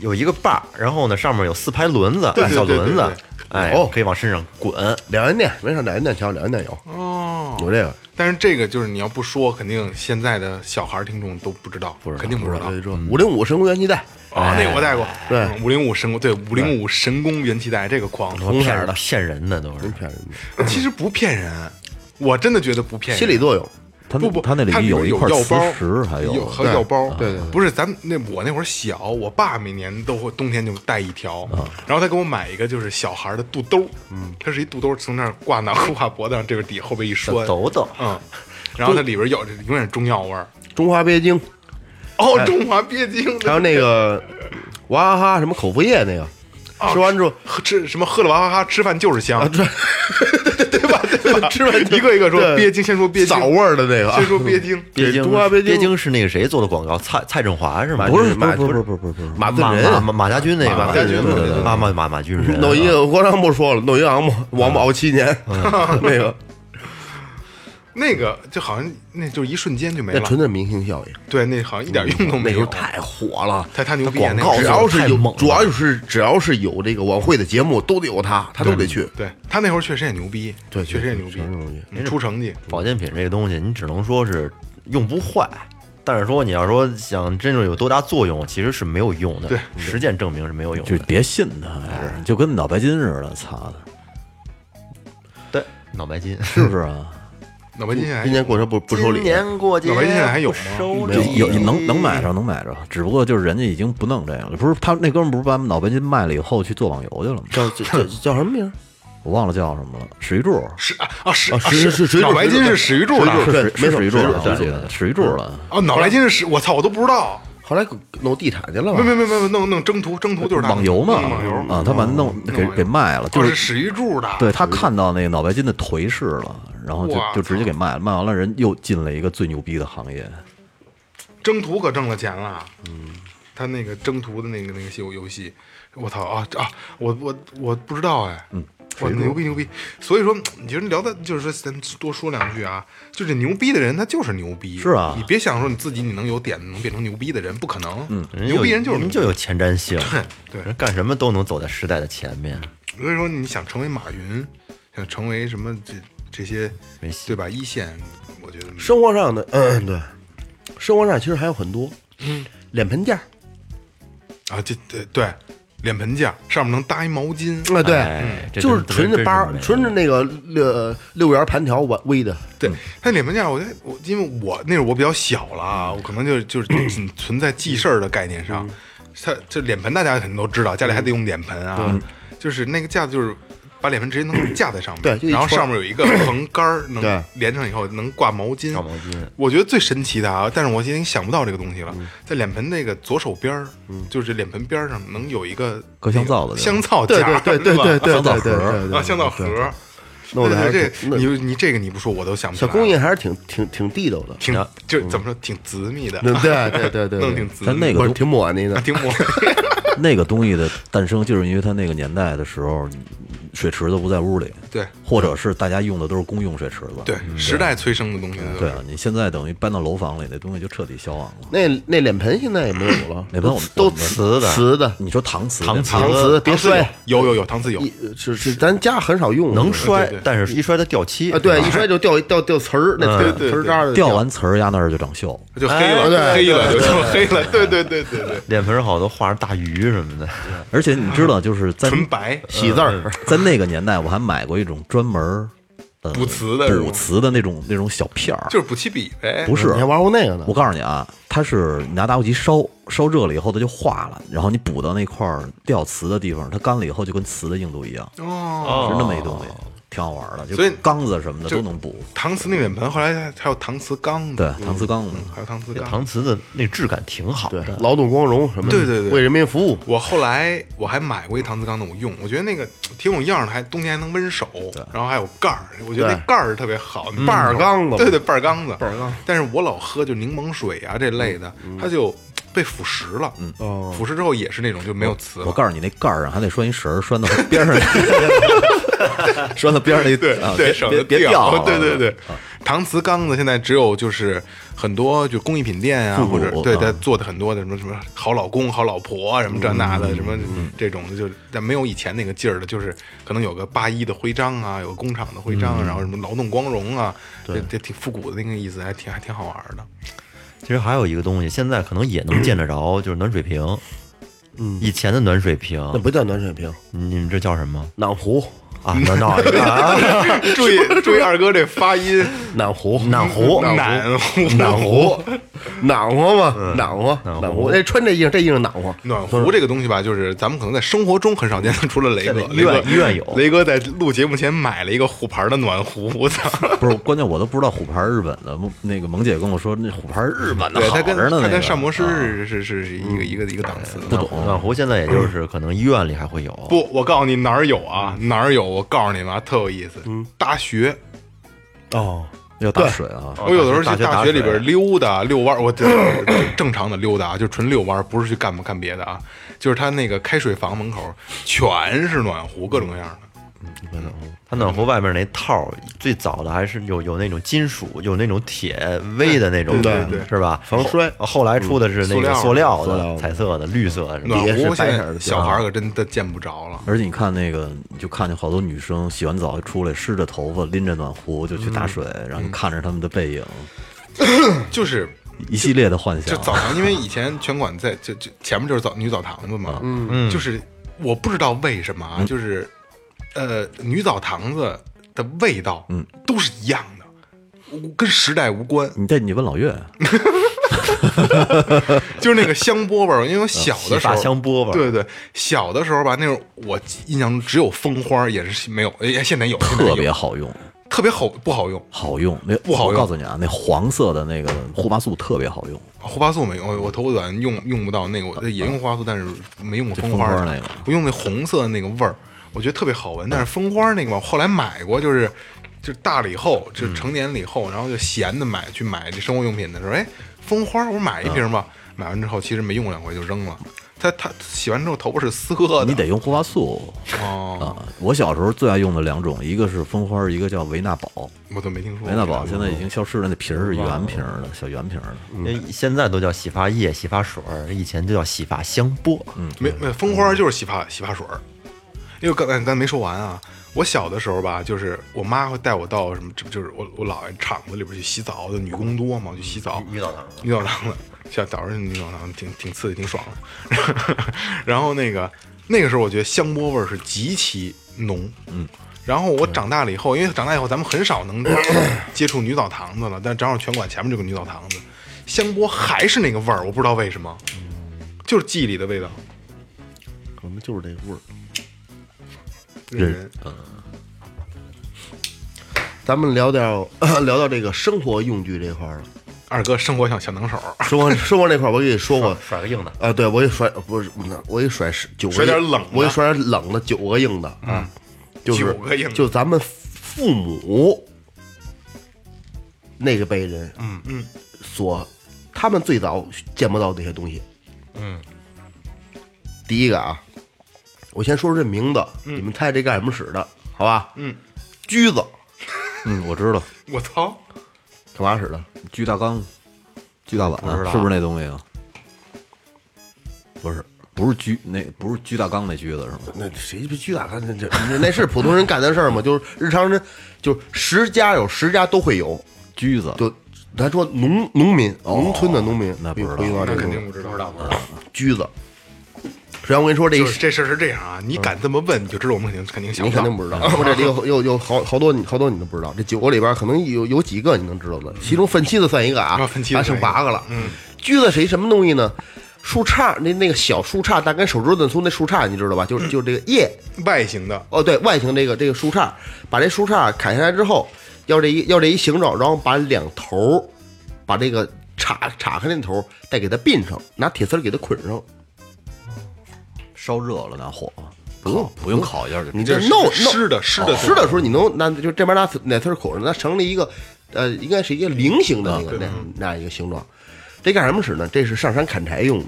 Speaker 3: 有一个把儿，然后呢上面有四排轮子，
Speaker 1: 对对
Speaker 3: 小
Speaker 1: 对
Speaker 3: 轮
Speaker 1: 对
Speaker 3: 子
Speaker 1: 对，
Speaker 3: 哎
Speaker 2: 有，
Speaker 3: 可以往身上滚。
Speaker 2: 两元店没事，两元店调，两元店有
Speaker 1: 哦，
Speaker 2: 有这个，
Speaker 1: 但是这个就是你要不说，肯定现在的小孩儿听众都不知道，肯定不知道。
Speaker 2: 这嗯
Speaker 3: 嗯
Speaker 2: 五零五神功元气带，
Speaker 1: 哦，那个我带过，
Speaker 2: 对
Speaker 1: 五零五神功，对五零五神功元气带这个狂，
Speaker 3: 骗
Speaker 2: 色
Speaker 3: 人
Speaker 2: 的
Speaker 3: 哦骗人的都是
Speaker 2: 真骗人的，
Speaker 1: 其实不骗人，我真的觉得不骗人。
Speaker 2: 心理作用。
Speaker 4: 他
Speaker 1: 不不，
Speaker 4: 他那
Speaker 1: 它
Speaker 4: 里
Speaker 1: 有
Speaker 4: 一块
Speaker 1: 药
Speaker 4: 磁
Speaker 1: 包，
Speaker 4: 石，还
Speaker 1: 有
Speaker 4: 有
Speaker 1: 和药包，
Speaker 2: 对对对
Speaker 1: 不是咱们那我那会儿小，我爸每年都会冬天就带一条，然后他给我买一个就是小孩儿的肚兜，嗯，它是一肚兜，从那儿挂脑挂脖子上，这个底后背一
Speaker 3: 小
Speaker 1: 拴，
Speaker 3: 抖抖，
Speaker 1: 嗯，然后它里边有永远是中药味儿，
Speaker 2: 中华鳖精，
Speaker 1: 哦，中华鳖精，
Speaker 2: 还有那个娃哈哈什么口服液那个，
Speaker 1: 哦
Speaker 2: 吃完之后
Speaker 1: 喝吃什么喝了娃哈哈，吃饭就是香，
Speaker 2: 对
Speaker 1: 对吧？对吧？
Speaker 2: 啊吃完就
Speaker 1: 一个一个说
Speaker 2: 对
Speaker 1: 鳖精，先说鳖精，
Speaker 2: 枣味儿的那个啊
Speaker 1: 先，说鳖精，
Speaker 3: 鳖精
Speaker 2: 中华鳖精
Speaker 3: 鳖精是那个谁做的广告？蔡蔡振华是吗？
Speaker 2: 不是
Speaker 3: 马
Speaker 2: 马
Speaker 4: 不是不是不是不是，
Speaker 2: 马自
Speaker 3: 马马
Speaker 2: 仁
Speaker 3: 马马家军那个
Speaker 2: 马家军对对对
Speaker 3: 马马马马 军人啊，
Speaker 2: 弄一个郭尚不说了，弄一个王八王八熬七年， 那个
Speaker 1: 那个就好像那就一瞬间就没
Speaker 2: 那
Speaker 1: 了
Speaker 2: 纯，粹明星效应。
Speaker 1: 对，那好像一点用都
Speaker 2: 那
Speaker 1: 没
Speaker 2: 时候
Speaker 1: 有，
Speaker 2: 太火了，
Speaker 1: 太太牛逼啊，那
Speaker 3: 广告
Speaker 1: 个是
Speaker 2: 只要是
Speaker 3: 太
Speaker 2: 有
Speaker 3: 猛，了
Speaker 2: 主要是只要是有这个晚会的节目，都得有他，他都得去。
Speaker 1: 对他那会儿确实也牛逼，
Speaker 2: 对
Speaker 1: 确实也牛
Speaker 2: 确实牛
Speaker 1: 逼
Speaker 2: 逼，
Speaker 1: 嗯出成绩。
Speaker 3: 保健品这个东西，你只能说是用不坏，但是说你要说想真正有多大作用，其实是没有用的。
Speaker 1: 对，
Speaker 3: 实践证明是没有用
Speaker 4: 就
Speaker 3: 的
Speaker 4: 是。别信他，还是就跟脑白金似的，操的，
Speaker 3: 对，脑白金。
Speaker 4: 是不是啊？
Speaker 1: 脑白金现在还
Speaker 2: 今年过车不不收礼，
Speaker 3: 过
Speaker 1: 脑白金现在还有吗
Speaker 3: 收
Speaker 4: 就有
Speaker 3: 礼
Speaker 4: 能能 买着，能买着，只不过就是人家已经不弄这个了。不是他那哥们儿不是把脑白金卖了以后去做网游去了吗？
Speaker 2: 叫叫叫叫什么名儿？
Speaker 4: 我忘了叫什么了，史玉柱，
Speaker 1: 史啊啊史
Speaker 2: 啊
Speaker 1: 啊
Speaker 2: 是是水
Speaker 1: 脑
Speaker 2: 柱
Speaker 1: 白金是史玉柱
Speaker 2: 水
Speaker 1: 的
Speaker 2: 柱对
Speaker 4: 是
Speaker 2: 没
Speaker 4: 是
Speaker 2: 错
Speaker 4: 史玉柱
Speaker 2: 没错
Speaker 4: 了，
Speaker 2: 对
Speaker 4: 我记得史玉柱了。
Speaker 1: 哦，脑白金是史，我操，我都不知道，
Speaker 2: 后来弄地产去了吧
Speaker 1: 没？没没没没弄弄征途，征途就是他
Speaker 4: 网游嘛
Speaker 1: 弄网游
Speaker 4: 啊，他把那弄
Speaker 1: 弄
Speaker 4: 给
Speaker 1: 网游
Speaker 4: 给卖了，就
Speaker 1: 哦是
Speaker 4: 是
Speaker 1: 史玉柱的，
Speaker 4: 对他看到那个脑白金的颓势了，然后就
Speaker 1: 哇
Speaker 4: 就直接给卖了，卖完了人又进了一个最牛逼的行业，
Speaker 1: 征途可挣了钱了，嗯，他那个征途的那个那个游游戏，我操啊啊，我我我不知道哎，嗯，我牛逼牛逼，所以说你觉得聊的，就是说咱多说两句啊，就这牛逼的人他就是牛逼，
Speaker 4: 是啊
Speaker 1: 你别想说你自己你能有点子能变成牛逼的人，不可能，嗯
Speaker 3: 家
Speaker 1: 牛逼人就是
Speaker 3: 有
Speaker 1: 牛
Speaker 3: 人
Speaker 1: 逼
Speaker 3: 就有前瞻性，
Speaker 1: 对
Speaker 3: 人干什么都能走在时代的前面。
Speaker 1: 所以说你想成为马云，想成为什么这这些
Speaker 3: 没戏
Speaker 1: 对吧？一线，我觉得
Speaker 2: 生活上的，嗯，对，生活上其实还有很多，嗯，脸盆垫儿，
Speaker 1: 啊，这对对，脸盆架上面能搭一毛巾，
Speaker 2: 啊，对，
Speaker 3: 哎这
Speaker 2: 就是
Speaker 3: 真
Speaker 2: 纯
Speaker 3: 真
Speaker 2: 着八
Speaker 3: 真没，
Speaker 2: 纯着那个六六元盘条碗煨的，
Speaker 1: 对，他脸盆架，我觉得我因为我那时候我比较小了啊，我可能就 就是仅存在记事儿的概念
Speaker 2: 嗯
Speaker 1: 上。他这脸盆大家肯定都知道，家里还得用脸盆
Speaker 2: 嗯
Speaker 1: 啊，就是那个架子就是。把脸盆直接能架在上面，
Speaker 2: 对就一
Speaker 1: 然后
Speaker 2: 圈儿
Speaker 1: 上面有一 个横杆儿，能
Speaker 2: 对
Speaker 1: 连上以后能挂毛巾。
Speaker 3: 挂毛巾
Speaker 1: 我觉得最神奇的啊，但是我已经想不到这个东西了，
Speaker 2: 嗯
Speaker 1: 在脸盆那个左手边儿，就是脸盆边儿上能有一个
Speaker 4: 搁香皂的
Speaker 1: 那个
Speaker 4: 地
Speaker 1: 香
Speaker 4: 方
Speaker 1: 皂
Speaker 2: 对
Speaker 1: 架
Speaker 2: 对
Speaker 1: 儿，
Speaker 2: 对对
Speaker 1: 吧
Speaker 2: 对对
Speaker 4: 香
Speaker 2: 对
Speaker 4: 皂
Speaker 2: 对
Speaker 4: 盒儿
Speaker 2: 对对
Speaker 1: 啊，香皂盒
Speaker 2: 对
Speaker 1: 儿，
Speaker 2: 弄得还
Speaker 1: 对对
Speaker 2: 那
Speaker 1: 这你你这个你不说我都想不起
Speaker 2: 小
Speaker 1: 来了。
Speaker 2: 工艺还是挺挺挺地道的，
Speaker 1: 挺就是怎么说挺紫密的，啊
Speaker 2: 嗯对对对对，
Speaker 1: 弄
Speaker 2: 对
Speaker 1: 挺紫密，
Speaker 4: 但那个
Speaker 2: 不是
Speaker 4: 东
Speaker 2: 挺抹那的
Speaker 1: 啊，挺磨。
Speaker 4: 那个东西的诞生，就是因为它那个年代的时候，水池子不在屋里，
Speaker 1: 对
Speaker 4: 或者是大家用的都是公用水池子，
Speaker 1: 嗯对，嗯时代催生的东西都是。
Speaker 4: 对啊，你现在等于搬到楼房里，那东西就彻底消亡了。
Speaker 2: 那那脸盆现在也没有了，
Speaker 4: 那盆我们
Speaker 2: 都
Speaker 4: 我们
Speaker 2: 瓷的瓷的，
Speaker 4: 你说搪瓷，
Speaker 3: 搪瓷
Speaker 2: 搪瓷别
Speaker 1: 搪瓷有
Speaker 2: 摔，
Speaker 1: 嗯有有有搪瓷有
Speaker 2: 一是是咱家很少用，
Speaker 3: 能
Speaker 2: 是
Speaker 3: 摔
Speaker 1: 对对，
Speaker 3: 但是一摔它掉漆
Speaker 2: 啊，对，一摔就掉掉掉瓷儿，那
Speaker 1: 对
Speaker 2: 瓷
Speaker 1: 对
Speaker 2: 瓷儿
Speaker 1: 对
Speaker 2: 渣儿就
Speaker 4: 掉完瓷儿压那儿就长锈，
Speaker 1: 就黑了，黑了就就黑了，哎对对对对对，
Speaker 3: 脸盆上好多画着大鱼什么的，
Speaker 4: 而且你知道，就是在
Speaker 1: 纯白
Speaker 2: 喜字儿，
Speaker 4: 在那个年代，我还买过一种专门儿呃
Speaker 1: 补瓷的是吗
Speaker 4: 补瓷的那种那种小片儿，
Speaker 1: 就是补漆笔呗
Speaker 4: 不。是
Speaker 2: 你还玩过那个呢
Speaker 4: 我？告诉你啊，它是你拿打火机烧，烧热了以后它就化了，然后你补到那块儿掉瓷的地方，它干了以后就跟瓷的硬度一样，
Speaker 1: 哦，
Speaker 4: 是那么一东西，挺好玩的。就
Speaker 1: 所以
Speaker 4: 缸子什么的
Speaker 1: 就嗯
Speaker 4: 都能补，
Speaker 1: 搪瓷那脸盆，后来还还有搪瓷缸
Speaker 4: 对
Speaker 1: 的，，
Speaker 4: 搪瓷缸子。
Speaker 1: 还有搪瓷缸。
Speaker 3: 搪瓷的那质感挺好
Speaker 2: 对
Speaker 3: 的，，
Speaker 2: 劳动光荣什么的，
Speaker 1: 对对对
Speaker 2: 为人民服务，
Speaker 1: 我后来我还买过一搪瓷缸的，我用，我觉得那个挺有样儿的，还冬天还能温手，然后还有盖儿，我觉得那盖儿特别好，那
Speaker 2: 半儿缸子
Speaker 1: 对对，半儿缸子，半嗯儿缸。但是我老喝就柠檬水啊这类的，它就被腐蚀了，
Speaker 2: 哦
Speaker 1: 腐蚀之后也是那种就没有瓷
Speaker 4: 我
Speaker 1: 了。
Speaker 4: 告诉你，那盖儿上还得拴一绳儿，拴到 边上，拴到边上那
Speaker 1: 对
Speaker 4: 啊
Speaker 1: 对，
Speaker 4: 别
Speaker 1: 省
Speaker 4: 别
Speaker 1: 得
Speaker 4: 别
Speaker 1: 掉啊
Speaker 4: 掉，啊
Speaker 1: 对对对，搪瓷缸子现在只有就是很多就工艺品店啊，
Speaker 4: 复古
Speaker 1: 或者对
Speaker 4: 啊
Speaker 1: 它做的很多的什么什么好老公、好老婆啊什么这那的什么这种的，就但没有以前那个劲儿了，就是可能有个八一的徽章啊，有个工厂的徽章啊，然后什么劳动光荣啊，这这挺复古的那个意思，还挺还挺好玩的。
Speaker 3: 其实还有一个东西，现在可能也能见得着，就是暖水瓶。嗯，以前的暖水瓶，
Speaker 2: 那不叫暖水瓶，
Speaker 3: 你们这叫什么
Speaker 2: 暖壶，
Speaker 3: 啊？暖暖啊，
Speaker 1: 注 意注意，二哥这发 音，
Speaker 2: 暖壶，
Speaker 3: 暖
Speaker 1: 哦
Speaker 3: 壶，
Speaker 1: 暖 壶
Speaker 2: 暖壶，暖和嘛，暖和，暖和。哎，穿这衣裳，这衣裳暖和。
Speaker 1: 暖壶这个东西吧，就是咱们可能在生活中很少见，除了雷哥，
Speaker 3: 在医
Speaker 1: 雷
Speaker 3: 院
Speaker 1: 哥
Speaker 3: 医院有
Speaker 1: 雷哥在录节目前买了一个虎牌的暖壶，我操！
Speaker 4: 不是，关键我都不知道虎牌日本的。梦那个萌姐跟我说，那虎牌日本的
Speaker 1: 对，
Speaker 4: 好
Speaker 1: 他
Speaker 4: 着
Speaker 1: 跟
Speaker 4: 呢，那
Speaker 1: 他
Speaker 4: 个
Speaker 1: 跟膳魔师
Speaker 4: 啊
Speaker 1: 是是是是一个一个一个档次。
Speaker 4: 不懂
Speaker 3: 暖壶现在也就是可能医院里还会有，
Speaker 1: 不，我告诉你哪儿有啊，哪儿有？我告诉你们啊，特有意思。大学，
Speaker 2: 哦，
Speaker 4: 要打水啊，
Speaker 1: 我有的时候
Speaker 3: 大
Speaker 1: 去
Speaker 3: 学打
Speaker 1: 哦大学里边
Speaker 3: 水
Speaker 1: 溜达遛弯儿，我 这正常的溜达啊，就纯遛弯儿，不是去干嘛干别的啊。就是他那个开水房门口全是暖壶，各种各样的。
Speaker 3: 它暖壶外面那套儿最早的还是有有那种金属，有那种铁微的那种，
Speaker 1: 对对对
Speaker 3: 是吧？
Speaker 2: 防摔
Speaker 3: 后。后来出的是那个
Speaker 1: 塑
Speaker 3: 塑
Speaker 1: 料
Speaker 3: 料
Speaker 2: 塑料
Speaker 3: 的、
Speaker 2: 的
Speaker 3: 彩色的、绿色的什么
Speaker 1: 暖
Speaker 3: 的。
Speaker 2: 也是
Speaker 1: 壶
Speaker 2: 白
Speaker 1: 现
Speaker 2: 色
Speaker 1: 在
Speaker 2: 的
Speaker 1: 小孩儿可真的见不着了。
Speaker 4: 而且你看那个，你就看见好多女生洗完澡出来，湿着头发，拎着暖壶就去
Speaker 1: 嗯
Speaker 4: 打水，然后你看着他们的背影，
Speaker 1: 就是
Speaker 4: 一系列的幻
Speaker 1: 就
Speaker 4: 想。
Speaker 1: 澡堂，因为以前拳馆在就就前面就是澡女澡堂子嘛，嗯，就是我不知道为什么啊，就是呃女澡堂子的味道，嗯，都是一样的，我跟时代无关，
Speaker 4: 你这你问 老岳，
Speaker 1: 就是那个香饽饽儿。因为我小的时候
Speaker 3: 洗发香饽饽
Speaker 1: 对对，小的时候吧，那种我印象中只有蜂花儿，也是没有，哎，现在有，现在有
Speaker 4: 特别好用，
Speaker 1: 特别好不好用？
Speaker 4: 好用。那
Speaker 1: 不好用
Speaker 4: 我告诉你啊，那黄色的那个护发素特别好用，
Speaker 1: 护发素没用，我我头发短用用不到那个，我也用护发素，但是没用过蜂花
Speaker 4: 就呃蜂花那个
Speaker 1: 我用那红色的那个味儿，我觉得特别好闻。但是蜂花那个嘛，我后来买过，就是就是大了以后，就是成年了以
Speaker 4: 嗯
Speaker 1: 后，然后就闲的买去买这生活用品的时候，哎，蜂花我说买一瓶吧，买完之后其实没用两回就扔了。它它洗完之后头发是涩的，
Speaker 4: 你得用护发素
Speaker 1: 哦，
Speaker 4: 啊。我小时候最爱用的两种，一个是蜂花，一个叫维纳宝。
Speaker 1: 我都没听说过。
Speaker 4: 维纳宝现在已经消失了，那瓶儿是圆瓶儿的，小圆瓶儿的。
Speaker 3: 因为嗯现在都叫洗发液、洗发水儿，以前就叫洗发香波。嗯，
Speaker 1: 没没蜂花就是洗发洗发水儿，因为刚才刚才没说完啊。我小的时候吧，就是我妈会带我到什么，就就是我我姥爷厂子里边去洗澡，就女工多嘛，我去洗澡，
Speaker 3: 女嗯澡堂子
Speaker 1: 女澡堂子，下早上女澡堂子挺挺刺激，挺爽的。 然后那个那个时候，我觉得香波味儿是极其浓，嗯。然后我长大了以后，因为长大以后咱们很少能接触女澡堂子了，但正好拳馆前面这个女澡堂子，香波还是那个味儿，我不知道为什么，就是记忆里的味道。
Speaker 2: 可能就是这味儿。
Speaker 1: 认人
Speaker 2: 咱们聊点儿 聊到这个生活用具这块儿了。
Speaker 1: 二哥生活像小能手，
Speaker 2: 生活生活这块儿，我给你说过
Speaker 3: 甩个硬的。
Speaker 2: 啊，对我给甩不是，我给甩十九个，
Speaker 1: 甩点冷的嗯
Speaker 2: 我给甩点冷的九个硬的啊，就是
Speaker 1: 九个硬的
Speaker 2: 就咱们父母那个辈人，嗯嗯，所他们最早见不到这些东西，嗯，第一个啊，我先说说这名字，
Speaker 1: 嗯
Speaker 2: 你们猜这干什么使的，好吧？嗯，狙子
Speaker 4: 嗯，我知道，
Speaker 1: 我操！
Speaker 2: 干嘛使的？
Speaker 4: 巨大缸、巨大碗
Speaker 3: 不知道
Speaker 4: 是不是那东西啊？不是，不是居那不是居大缸那居子是吗？
Speaker 2: 那谁不巨大干这这那那是普通人干的事儿吗？就是日常人，就是十家有十家都会有，
Speaker 4: 居子
Speaker 2: 就咱说农农民、农村的农民，
Speaker 4: 哦那不知道
Speaker 2: 会用到这
Speaker 1: 那
Speaker 2: 个
Speaker 1: 肯定不知道，不知道，不知道。
Speaker 2: 橘子。实际上，我跟你说这一
Speaker 1: 就，是这事儿是这样啊，你敢这么问，你就知道我们肯定肯定想
Speaker 2: 你肯
Speaker 1: 到
Speaker 2: 定不知道，我这里有有有好好多你好多你都不知道。这九个里边可能有有几个你能知道的，其中粪妻子算一个啊
Speaker 1: 啊，粪妻子
Speaker 2: 还剩八个了。嗯，橘子是一什么东西呢？树杈，那那个小树杈，大概手指头粗那树杈，你知道吧？就是就是这个叶，
Speaker 1: 外形的，
Speaker 2: 哦，对外形这个这个树杈，把这树杈砍下来之后，要这一要这一形状，然后把两头儿，把这个叉叉开那头儿再给它并上，拿铁丝儿给它捆上。
Speaker 4: 烧热了拿火，
Speaker 2: 不用
Speaker 4: 不用烤一下就
Speaker 2: 你
Speaker 1: 哦这
Speaker 2: 这
Speaker 1: 是
Speaker 2: 弄弄哦
Speaker 1: 湿的湿的
Speaker 2: 湿的时候，你能拿就这边拿哪丝儿捆上，它成了一个呃，应该是一个菱
Speaker 1: 啊
Speaker 2: 形的那个那那样一个形状。这干什么使呢？这是上山砍柴用的。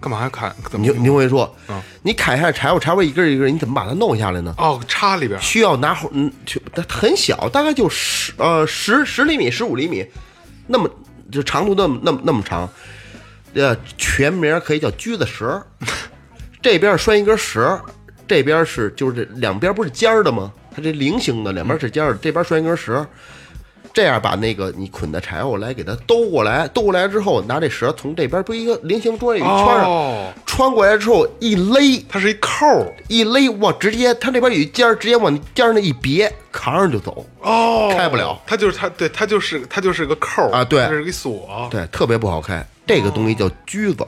Speaker 1: 干嘛要砍？怎么
Speaker 2: 你
Speaker 1: 用
Speaker 2: 你会说
Speaker 1: 嗯，
Speaker 2: 你砍下柴火，柴火一根儿一根儿，你怎么把它弄下来呢？
Speaker 1: 哦，插里边儿，
Speaker 2: 需要拿火，嗯，去它很小，大概就十呃十十厘米、十五厘米，那么就长度那么那么那么长，呃，全名可以叫橘子舌儿，这边拴一根绳儿，这边是就是这两边不是尖儿的吗？它这菱形的，两边是尖儿的，这边拴一根绳儿，这样把那个你捆的柴火来给它兜过来，兜过来之后拿这绳从这边不一个菱形桌一圈上，
Speaker 1: 哦
Speaker 2: 穿过来之后一勒，
Speaker 1: 它是一扣儿
Speaker 2: 一勒，哇，直接他那边有一尖儿，直接往尖儿那一别，扛上就走，
Speaker 1: 哦，
Speaker 2: 开不了，
Speaker 1: 它就是它，对，它就是它就是个扣儿
Speaker 2: 啊对
Speaker 1: 它是个锁，
Speaker 2: 对，特别不好开。这个东西叫狙子，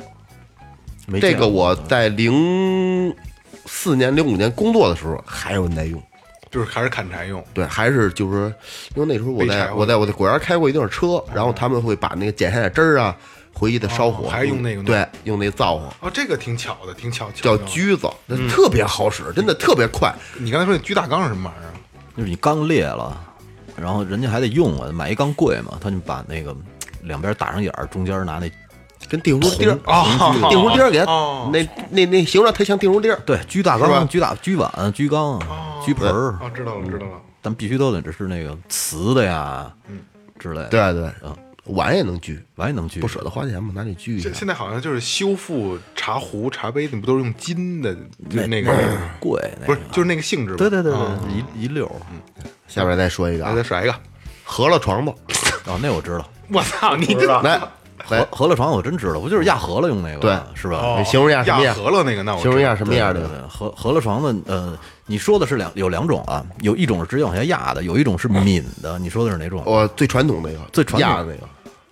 Speaker 4: 没
Speaker 2: 这
Speaker 4: 见过
Speaker 2: 个我
Speaker 1: 啊
Speaker 2: 在零四年、零五年工作的时候还有人在用，
Speaker 1: 就是还是砍柴用。
Speaker 2: 对，还是就是因为那时候我
Speaker 1: 备柴
Speaker 2: 在
Speaker 1: 火哦
Speaker 2: 我在我在果园开过一段车，然后他们会把那个剪下来枝儿啊回去再烧火，
Speaker 1: 还是用那个弄
Speaker 2: 对，用那灶火
Speaker 1: 哦，这个挺巧的，挺嗯巧巧
Speaker 2: 叫
Speaker 1: 妙的。
Speaker 2: 狙子，那特别好使，真的特别快。
Speaker 1: 你刚才说那狙大纲是什么玩意儿？
Speaker 4: 就是你缸裂了，然后人家还得用啊，买一缸贵嘛，他就把那个两边打上眼儿，中间拿那
Speaker 2: 跟地葫芦钉儿
Speaker 1: 哦
Speaker 2: 地葫芦钉儿给它
Speaker 1: 哦
Speaker 2: 那那那形状特像地葫芦钉儿，
Speaker 4: 对狙大
Speaker 2: 是吧
Speaker 4: 缸、狙大狙碗、狙缸、狙盆儿，
Speaker 1: 哦，知道
Speaker 2: 嗯
Speaker 1: 了，知道了。
Speaker 4: 但必须都得是那个瓷的呀，之类的。
Speaker 2: 嗯对，啊对，
Speaker 4: 嗯
Speaker 2: 碗也能锯，
Speaker 4: 碗也能狙，
Speaker 2: 不舍得花钱嘛，拿你锯一下
Speaker 1: 现。现在好像就是修复茶壶、茶杯，你不都是用金的？就是那个
Speaker 4: 贵，那
Speaker 1: 不
Speaker 4: 个
Speaker 1: 是，就是那个性质吧。
Speaker 4: 对对对
Speaker 2: 哦
Speaker 1: 啊
Speaker 4: 对，一一溜儿。
Speaker 2: 嗯下边再说一个
Speaker 1: 来，
Speaker 2: 啊
Speaker 1: 再，甩一个。
Speaker 2: 饸饹床子，
Speaker 4: 哦，那我知道，
Speaker 1: 我操，你这
Speaker 2: 来
Speaker 4: 饸
Speaker 2: 来，
Speaker 4: 饸饹床我真知道，不就是压饸饹用那个吗？
Speaker 2: 对
Speaker 4: 是吧？
Speaker 1: 哦
Speaker 2: 哎你形容一下什么
Speaker 1: 压
Speaker 2: 样
Speaker 1: 合了那个，那我
Speaker 2: 形容一下
Speaker 1: 知
Speaker 2: 什么样
Speaker 4: 对
Speaker 2: 的？
Speaker 4: 对，饸饸饹床的，呃，你说的是两有两种啊，有一种是直接往下压的，有一种是抿的。你说的是哪种？
Speaker 2: 我最传统那个，
Speaker 4: 最传统
Speaker 2: 压的那个，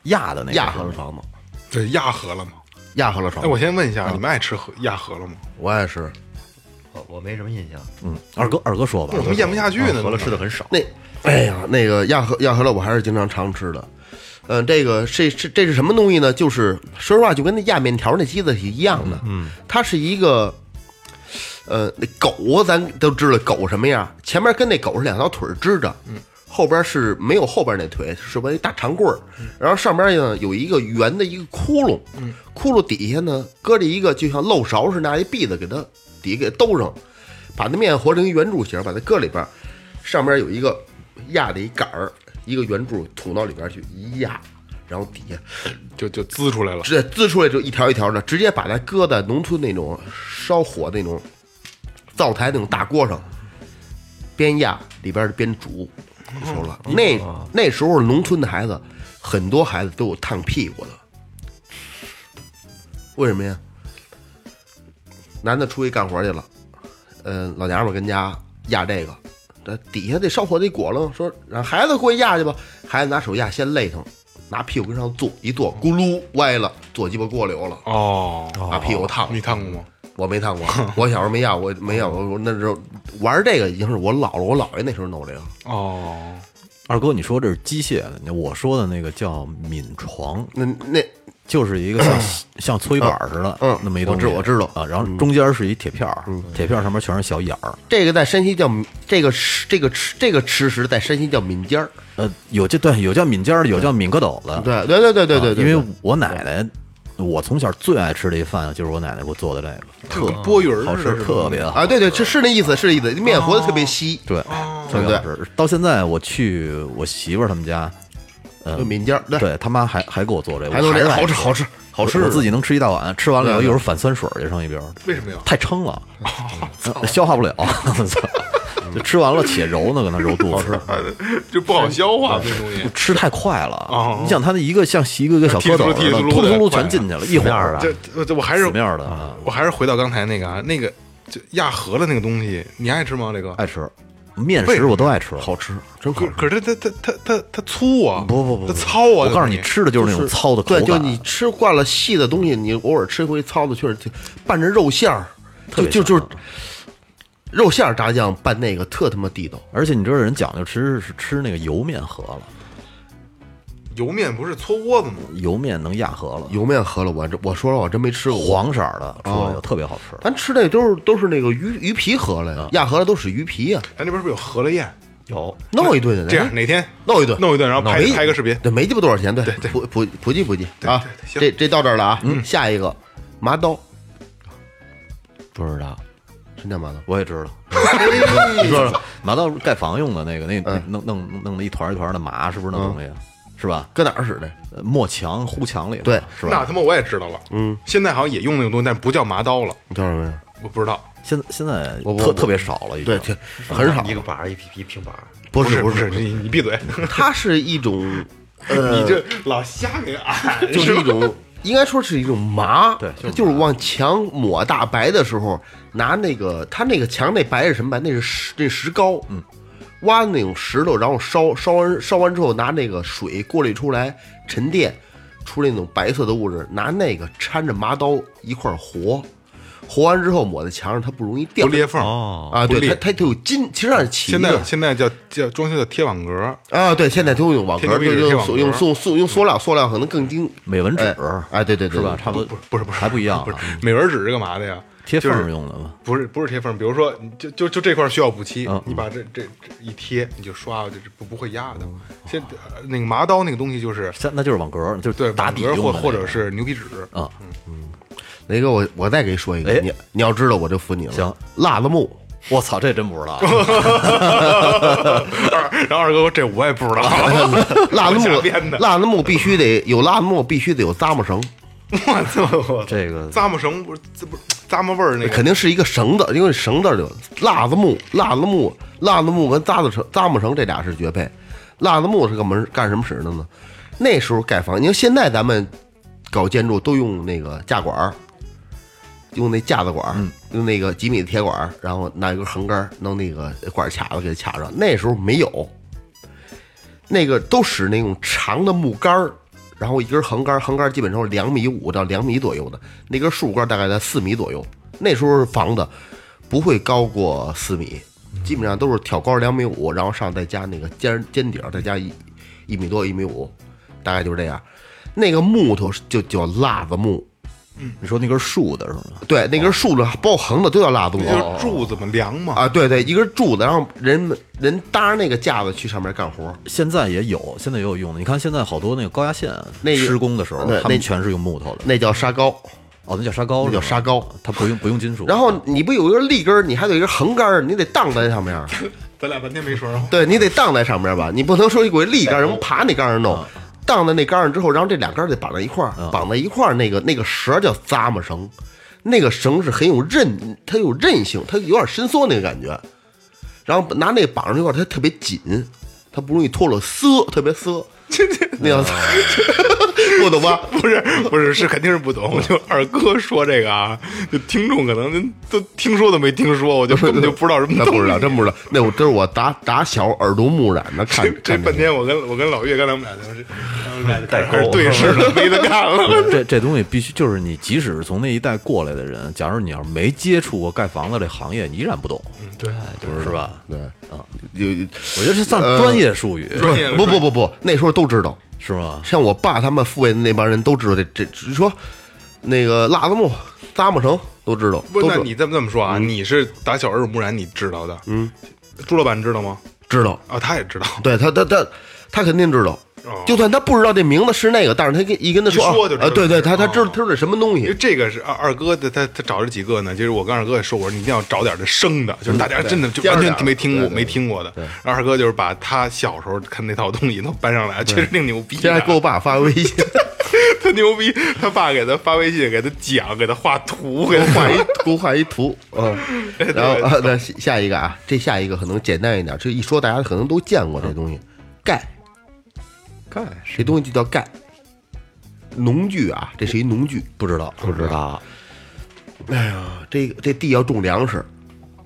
Speaker 4: 压的那个
Speaker 2: 哦压
Speaker 4: 是
Speaker 2: 饸
Speaker 4: 吗
Speaker 2: 饹床子，
Speaker 1: 道，这压合
Speaker 4: 哦
Speaker 1: 了吗？
Speaker 2: 压饸饹床
Speaker 1: 哎，
Speaker 2: 子。
Speaker 1: 我先问一
Speaker 4: 嗯
Speaker 1: 下，你们爱吃合压合了吗？
Speaker 2: 我也是，
Speaker 3: 我我没什么印象，
Speaker 4: 嗯，二哥，二哥说吧
Speaker 1: 我，们咽不下去呢。
Speaker 4: 嗯
Speaker 3: 饸饹吃的很少。
Speaker 2: 那，哎呀，那个压饸压饸饹我还是经常常吃的。嗯，这个这这这是什么东西呢？就是说实话，就跟那压面条那机子是一样的。嗯，它是一个，呃，那狗咱都知道狗什么样，前面跟那狗是两条腿儿支着，嗯，后边是没有后边那腿，是为一大长棍儿，然后上边呢有一个圆的一个窟窿，嗯，窟窿底下呢搁着一个就像漏勺似的拿一篦子给它底下给兜上，把那面和成一圆柱形，把它搁里边儿，上边有一个压的一杆儿，一个圆柱捅到里边去一压，然后底下
Speaker 1: 就就滋出来了。
Speaker 2: 直接滋出来就一条一条的，直接把它搁在农村那种烧火那种灶台那种大锅上，边压里边儿边煮，熟了。那那时候农村的孩子，很多孩子都有烫屁股的，为什么呀？男的出去干活去了，呃，老娘们儿跟家压这个，这底下得烧火得裹楞，说让孩子过去压去吧，孩子拿手压先累腾，拿屁股跟上坐，一坐咕噜歪了，坐鸡巴过流了，
Speaker 1: 哦，
Speaker 2: 把屁股烫了。
Speaker 1: 你烫过吗？
Speaker 2: 我没烫过，我小时候没压，我没压，我我那时候玩这个已经是我姥姥我姥爷那时候弄这个，
Speaker 4: 嗯
Speaker 1: 哦，
Speaker 4: 二哥，你说这是机械的，我说的那个叫抿床，
Speaker 2: 那那
Speaker 4: 就是一个像像搓衣板似的，
Speaker 2: 嗯
Speaker 4: 那么一东西，
Speaker 2: 我知我知道嗯
Speaker 4: 啊。然后中间是一铁片儿，铁片儿上面全是小眼儿，
Speaker 2: 这个在山西叫闽这个吃这个吃这个吃食在山西叫闽尖儿，
Speaker 4: 呃，有这对有叫抿尖儿的，有叫抿个斗的，
Speaker 2: 对对对对对对
Speaker 4: 啊
Speaker 2: 对，
Speaker 4: 因为我奶奶，我从小最爱吃的一饭就是我奶奶给我做的这个，
Speaker 1: 特波鱼儿
Speaker 4: 好
Speaker 1: 似的
Speaker 4: 吃
Speaker 1: 是吗
Speaker 4: 特别好，
Speaker 2: 啊对对是是那意思是那意思，面和的特别稀，
Speaker 4: 对，特别好吃。到现在我去我媳妇儿他们家，
Speaker 2: 就闽尖儿，对，
Speaker 4: 对他妈还还给我做这个，
Speaker 2: 还
Speaker 4: 我
Speaker 2: 弄这
Speaker 4: 是
Speaker 2: 个
Speaker 4: 爱
Speaker 2: 好吃好吃好吃
Speaker 4: 我我自己能吃一大碗，吃完了以后
Speaker 2: 对
Speaker 4: 一
Speaker 2: 对
Speaker 4: 会儿反酸水儿去上一边儿，
Speaker 1: 为什么呀？
Speaker 4: 太撑了， 消化不了，就吃完了且揉呢，搁那揉肚子。
Speaker 1: 就不好消
Speaker 4: 嗯
Speaker 1: 化这东西。
Speaker 4: 吃太快
Speaker 1: 哦
Speaker 4: 了，你想它那一个像一个一个小
Speaker 1: 踢
Speaker 4: 蝌蚪
Speaker 1: 出
Speaker 4: 似的，
Speaker 1: 踢出
Speaker 4: 秃噜
Speaker 1: 来
Speaker 4: 秃噜
Speaker 1: 快
Speaker 4: 全进去了，一会儿
Speaker 1: 这这这我还是
Speaker 4: 啊什么样的啊？
Speaker 1: 我还是回到刚才那个啊，那个就压合了那个东西，你爱吃吗？这个
Speaker 4: 爱吃面
Speaker 1: 为什
Speaker 4: 食
Speaker 1: 么
Speaker 4: 我都爱吃，
Speaker 2: 好吃真好
Speaker 1: 可
Speaker 2: 吃，
Speaker 1: 可是它它它它它粗啊！
Speaker 4: 不不不不
Speaker 1: 它糙啊！
Speaker 4: 我告诉你，
Speaker 1: 这东西
Speaker 4: 吃的就是那种糙的口
Speaker 2: 对
Speaker 4: 感，
Speaker 2: 就你吃惯了细的东西，你偶尔吃回糙的确实挺拌着肉馅儿，
Speaker 4: 特别
Speaker 2: 就就
Speaker 4: 香啊
Speaker 2: 就是肉馅儿炸酱拌那个特他妈地道。
Speaker 4: 而且你知道人讲究其实是吃那个油面饸了，
Speaker 1: 油面不是搓窝子吗？
Speaker 4: 油面能压饸了，
Speaker 2: 油面饸饹，我这我说了，我真没吃过。
Speaker 4: 黄色儿的出来就特别好吃。
Speaker 2: 咱吃那都是都是那个鱼鱼皮饸
Speaker 4: 啊
Speaker 2: 饹呀，压饸饹都是鱼皮呀，
Speaker 1: 咱哎这边是不是有合了宴？
Speaker 3: 有
Speaker 2: 弄一顿
Speaker 4: 哎
Speaker 2: 去。
Speaker 1: 这样哪天
Speaker 2: 弄一顿，
Speaker 1: 弄一顿，然后拍
Speaker 2: 没
Speaker 1: 拍个视频。
Speaker 2: 对，没鸡巴多少钱，对对普普普及普及
Speaker 1: 对对
Speaker 2: 啊，
Speaker 4: 嗯
Speaker 2: 这这到这儿了啊，下一个麻刀，
Speaker 3: 不知道，
Speaker 2: 是那嘛的。
Speaker 4: 我也知道。你说说，麻哎道盖房用的那个，那那弄弄弄的一团一团的麻，是不是那东西？啊是吧？
Speaker 2: 搁哪儿使的？
Speaker 4: 呃抹墙糊墙里头，
Speaker 2: 对
Speaker 4: 是
Speaker 1: 那
Speaker 4: 吧？
Speaker 1: 他妈我也知道了，嗯，现在好像也用那种东西，但不叫麻刀了，
Speaker 2: 你知道什么呀？
Speaker 1: 我不知道。
Speaker 4: 现在现在
Speaker 2: 我
Speaker 4: 特
Speaker 2: 我
Speaker 4: 特别少了，已经
Speaker 2: 对，挺很少
Speaker 6: 一。个板儿一平一平板儿，
Speaker 1: 不
Speaker 2: 是
Speaker 1: 不是，你你闭嘴，
Speaker 2: 它是一种，呃
Speaker 4: 嗯
Speaker 1: 你，这老瞎给俺，
Speaker 2: 就是一种，应该说是一种麻，
Speaker 4: 对
Speaker 2: 它就是往墙抹大白的时候，拿那个它那个墙那白是什么白？那是石那石膏，嗯，挖那种石头，然后烧烧完烧完之后，拿那个水过滤出来沉淀，出那种白色的物质，拿那个掺着麻刀一块儿和，和完之后抹在墙上，它不容易掉
Speaker 1: 不裂缝
Speaker 3: 哦
Speaker 2: 啊，
Speaker 1: 不
Speaker 2: 对，
Speaker 1: 裂
Speaker 2: 它它就有金，其实上是起
Speaker 1: 现
Speaker 2: 一个
Speaker 1: 在现在叫叫装修叫贴网格，
Speaker 2: 啊，对，现在都用网
Speaker 1: 天
Speaker 2: 格，
Speaker 1: 牛
Speaker 2: 就
Speaker 1: 逼
Speaker 2: 就
Speaker 1: 贴
Speaker 2: 用
Speaker 1: 网
Speaker 2: 塑
Speaker 1: 格
Speaker 2: 用塑塑用塑料，塑料可能更经
Speaker 4: 美纹纸
Speaker 2: 哎哎，对对对，
Speaker 4: 是吧？
Speaker 2: 对
Speaker 4: 差不多
Speaker 1: 不是不是
Speaker 4: 还不一样
Speaker 1: 不是
Speaker 4: 啊，
Speaker 1: 美纹纸是干嘛的呀？
Speaker 4: 贴缝
Speaker 1: 就是
Speaker 4: 儿用的嘛。
Speaker 1: 不是不是贴缝，比如说你就就就这块需要补漆
Speaker 4: 嗯，
Speaker 1: 你把这这这一贴，你就刷，就是不不会压的。现呃那个麻刀那个东西就是
Speaker 4: 像那就是网格，就是
Speaker 1: 对
Speaker 4: 打
Speaker 1: 网
Speaker 4: 底
Speaker 1: 格
Speaker 4: 用的
Speaker 1: 或
Speaker 4: 那个
Speaker 1: 或者是牛皮纸，
Speaker 4: 啊，
Speaker 2: 雷哥，我我再给你说一个，
Speaker 4: 哎
Speaker 2: 你你要知道我就服你了。
Speaker 4: 行，
Speaker 2: 辣子木，
Speaker 4: 我操，这真不知道。啊
Speaker 1: 二然后二哥说这我也不知道，
Speaker 2: 啊辣子
Speaker 1: 我瞎
Speaker 2: 木
Speaker 1: 编的，
Speaker 2: 辣子木必须得有辣子木，必须得有咂摸绳，
Speaker 1: 我操，
Speaker 4: 这个
Speaker 1: 咂摸绳不是这不是咂摸味儿那个
Speaker 2: 肯定是一个绳子，因为绳子就辣子木，辣子木，辣子木跟咂子绳、咂摸绳这俩是绝配。辣子木是干嘛干什么使的呢？那时候盖房，你看现在咱们搞建筑都用那个架管儿，用那架子管儿，
Speaker 1: 嗯
Speaker 2: 用那个几米的铁管儿，然后拿一根横杆儿弄那个管儿卡子给它卡上。那时候没有，那个都使那种长的木杆儿，然后一根横杆儿，横杆儿基本上是两米五到两米左右的，那根竖杆儿大概在四米左右。那时候房子不会高过四米，基本上都是挑高两米五，然后上再加那个尖尖顶儿，再加一一米多一米五，大概就是这样。那个木头是就叫辣子木，
Speaker 4: 你说那根竖的是吗？
Speaker 2: 对，那根竖着包括横的都叫辣子木，
Speaker 1: 那就是柱子嘛，梁嘛，
Speaker 2: 哦啊，对对，一根柱子，然后人们人搭着那个架子去上面干活。
Speaker 4: 现在也有，现在也有用的。你看现在好多那个高压线
Speaker 2: 那个
Speaker 4: 施工的时候
Speaker 2: 对，那
Speaker 4: 他们全是用木头的。
Speaker 2: 那叫沙膏，
Speaker 4: 哦，那叫沙膏，
Speaker 2: 那叫
Speaker 4: 是吗
Speaker 2: 沙膏，
Speaker 4: 它不用不用金属。
Speaker 2: 然后你不有一根立根儿，你还得有一根横杆儿，你得荡在上面儿，
Speaker 1: 咱俩半天没说上话。
Speaker 2: 对你得荡在上面儿吧，你不能说一股立杆儿，人爬那杆儿上弄，荡在那杆儿上之后，然后这两杆儿得绑在一块儿，绑在一块儿，那个那个绳儿叫咂摸绳，那个绳是很有韧，它有韧性，它有点伸缩那个感觉，然后拿那绑上这块儿，它特别紧，它不容易脱落，涩，特别涩，那样子， 不懂吧？
Speaker 1: 不是不是是肯定是不
Speaker 2: 嗯
Speaker 1: 懂，就二哥说这个啊，就听众可能都听说都没听说，我就根本就不知道什么
Speaker 2: 那
Speaker 1: 东西。
Speaker 2: 不知道，真不知道。那我这是我打打小耳濡目染的看
Speaker 1: 这这
Speaker 2: 看
Speaker 1: 半
Speaker 2: 个
Speaker 1: 天我跟我跟老岳刚才我们俩就是，我们俩就开始对视了，没得干
Speaker 2: 嗯
Speaker 1: 了。
Speaker 4: 呃这这东西必须就是你，即使是从那一代过来的人，假如你要是没接触过盖房子这行业，你依然不懂，哎
Speaker 1: 对，
Speaker 4: 是吧？
Speaker 2: 对啊，有
Speaker 4: 我觉得这算专业术语，
Speaker 1: 专业的
Speaker 2: 不不不不，那时候都知道，
Speaker 4: 是吗？
Speaker 2: 像我爸他们父辈那帮人都知道这这，只说那个辣子木、咂木绳都知道，
Speaker 1: 不，
Speaker 2: 都嗯
Speaker 1: 那
Speaker 2: 知
Speaker 1: 你这么这么说啊？你是打小耳濡目染，你知道的。嗯，朱老板知道吗？
Speaker 2: 知道，
Speaker 1: 啊，他也知道。
Speaker 2: 对他他他他肯定知道
Speaker 1: 哦。
Speaker 2: 就算他不知道这名字是那个，但是他跟一跟他说，
Speaker 1: 一说就知道
Speaker 2: 啊，对对，他他知道
Speaker 1: 哦
Speaker 2: 他知道这什么东
Speaker 1: 因为
Speaker 2: 西，
Speaker 1: 这个是二二哥的，他他找了几个呢？就是我跟二哥也说，我说你一定要找点这生的，
Speaker 2: 嗯
Speaker 1: 就是大家真的就
Speaker 2: 尖儿
Speaker 1: 完
Speaker 2: 点儿
Speaker 1: 全没听过
Speaker 2: 对对
Speaker 1: 没听过的。然后二哥就是把他小时候看那套东西都搬上来，确实挺牛逼的。
Speaker 2: 现在给我爸发微信，
Speaker 1: 他牛逼，他爸给他发微信，给他讲，给他画图，给他画
Speaker 2: 画一给我画 一图，嗯，然后啊，那下下一个啊，这下一个可能简单一点，这一说大家可能都见过这东西，盖
Speaker 1: 盖。
Speaker 2: 这东西就叫盖，农具啊，这是一农具。
Speaker 4: 不知道，不知道，
Speaker 2: 哎呀，这个这地要种粮食，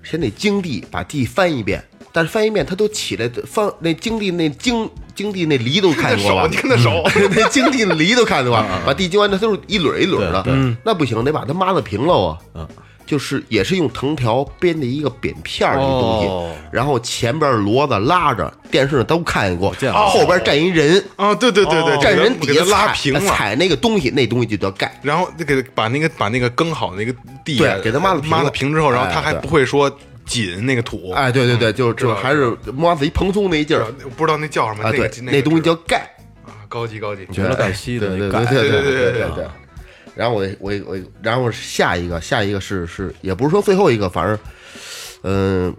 Speaker 2: 先得经地，把地翻一遍。但是翻一遍，它都起来翻那经地那经经地那犁都看
Speaker 1: 那
Speaker 2: 过
Speaker 1: 手，
Speaker 2: 吧
Speaker 1: 你？看那手，
Speaker 2: 那经地的犁都看过
Speaker 1: 啊
Speaker 2: 吧？把地经完，它都是一绺一绺的
Speaker 4: 对，
Speaker 2: 那不行，得把它抹的平了啊。就是也是用藤条编的一个扁片儿的东
Speaker 4: 哦
Speaker 2: 西，然后前边骡子拉着，电视上都看
Speaker 1: 哦
Speaker 2: 过
Speaker 4: 见，过
Speaker 2: 后边站一人，
Speaker 1: 啊，对对对对，
Speaker 2: 站
Speaker 1: 给他
Speaker 2: 哦人底
Speaker 1: 给
Speaker 2: 下
Speaker 1: 他拉
Speaker 2: 踩
Speaker 1: 平了。
Speaker 2: 踩那个东西，那东西就叫盖。
Speaker 1: 然后给他把那个把那个耕好那个地
Speaker 2: 对给他
Speaker 1: 抹
Speaker 2: 抹了平
Speaker 1: 抹了平之后，然后
Speaker 2: 哎
Speaker 1: 他还
Speaker 2: 对
Speaker 1: 不会说紧那个土，
Speaker 2: 哎，对对对，就
Speaker 1: 嗯知
Speaker 2: 就
Speaker 1: 道
Speaker 2: 还是摸子一蓬松那一劲
Speaker 1: 知
Speaker 2: 儿
Speaker 1: 道，我不知道那叫什么
Speaker 2: 啊，
Speaker 1: 个
Speaker 2: 对，
Speaker 1: 那个
Speaker 2: 东西
Speaker 1: 知道
Speaker 2: 叫盖，
Speaker 1: 啊，高级高级，
Speaker 4: 觉得盖西的
Speaker 2: 对
Speaker 4: 那
Speaker 2: 对
Speaker 4: 盖，
Speaker 2: 对
Speaker 1: 对
Speaker 2: 对
Speaker 1: 对
Speaker 2: 对
Speaker 1: 对
Speaker 2: 对。然后我我我，然后下一个下一个是是，也不是说最后一个，反正，嗯、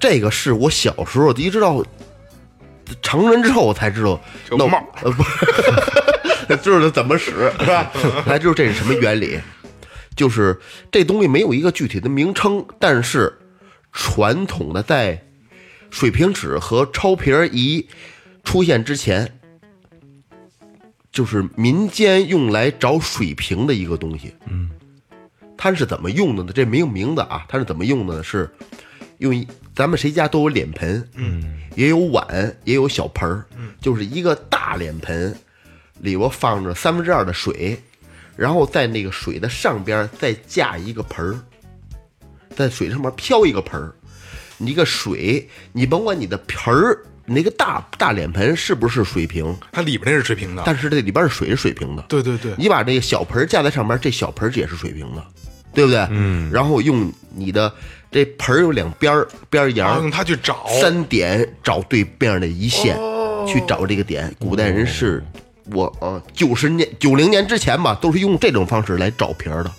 Speaker 2: 这个是我小时候一直到成人之后我才知道
Speaker 1: 球
Speaker 2: 闹
Speaker 1: 帽，
Speaker 2: 呃不是， 就是怎么使是吧？才知道这是什么原理，就是这东西没有一个具体的名称，但是传统的在水平尺和超皮儿仪出现之前，就是民间用来找水平的一个东西。嗯，它是怎么用的呢？这没有名字啊，它是怎么用的呢？是用一咱们谁家都有脸盆，嗯，也有碗，也有小盆儿，就是一个大脸盆，里边放着三分之二的水，然后在那个水的上边再架一个盆儿，在水上面飘一个盆儿，你一个水，你甭管你的盆儿，你那个大大脸盆是不是水平，
Speaker 1: 它里边那是水平的，
Speaker 2: 但是这里边是水是水平的，
Speaker 1: 对对对，
Speaker 2: 你把这个小盆儿架在上边儿，这小盆儿也是水平的，对不对？嗯。然后用你的这盆儿有两边儿边儿沿
Speaker 1: 然
Speaker 2: 儿
Speaker 1: 后用它去找，
Speaker 2: 啊三点找对面的一线，
Speaker 1: 哦
Speaker 2: 去找这个点。古代人是，我呃九十年九零年之前吧，都是用这种方式来找瓶儿的。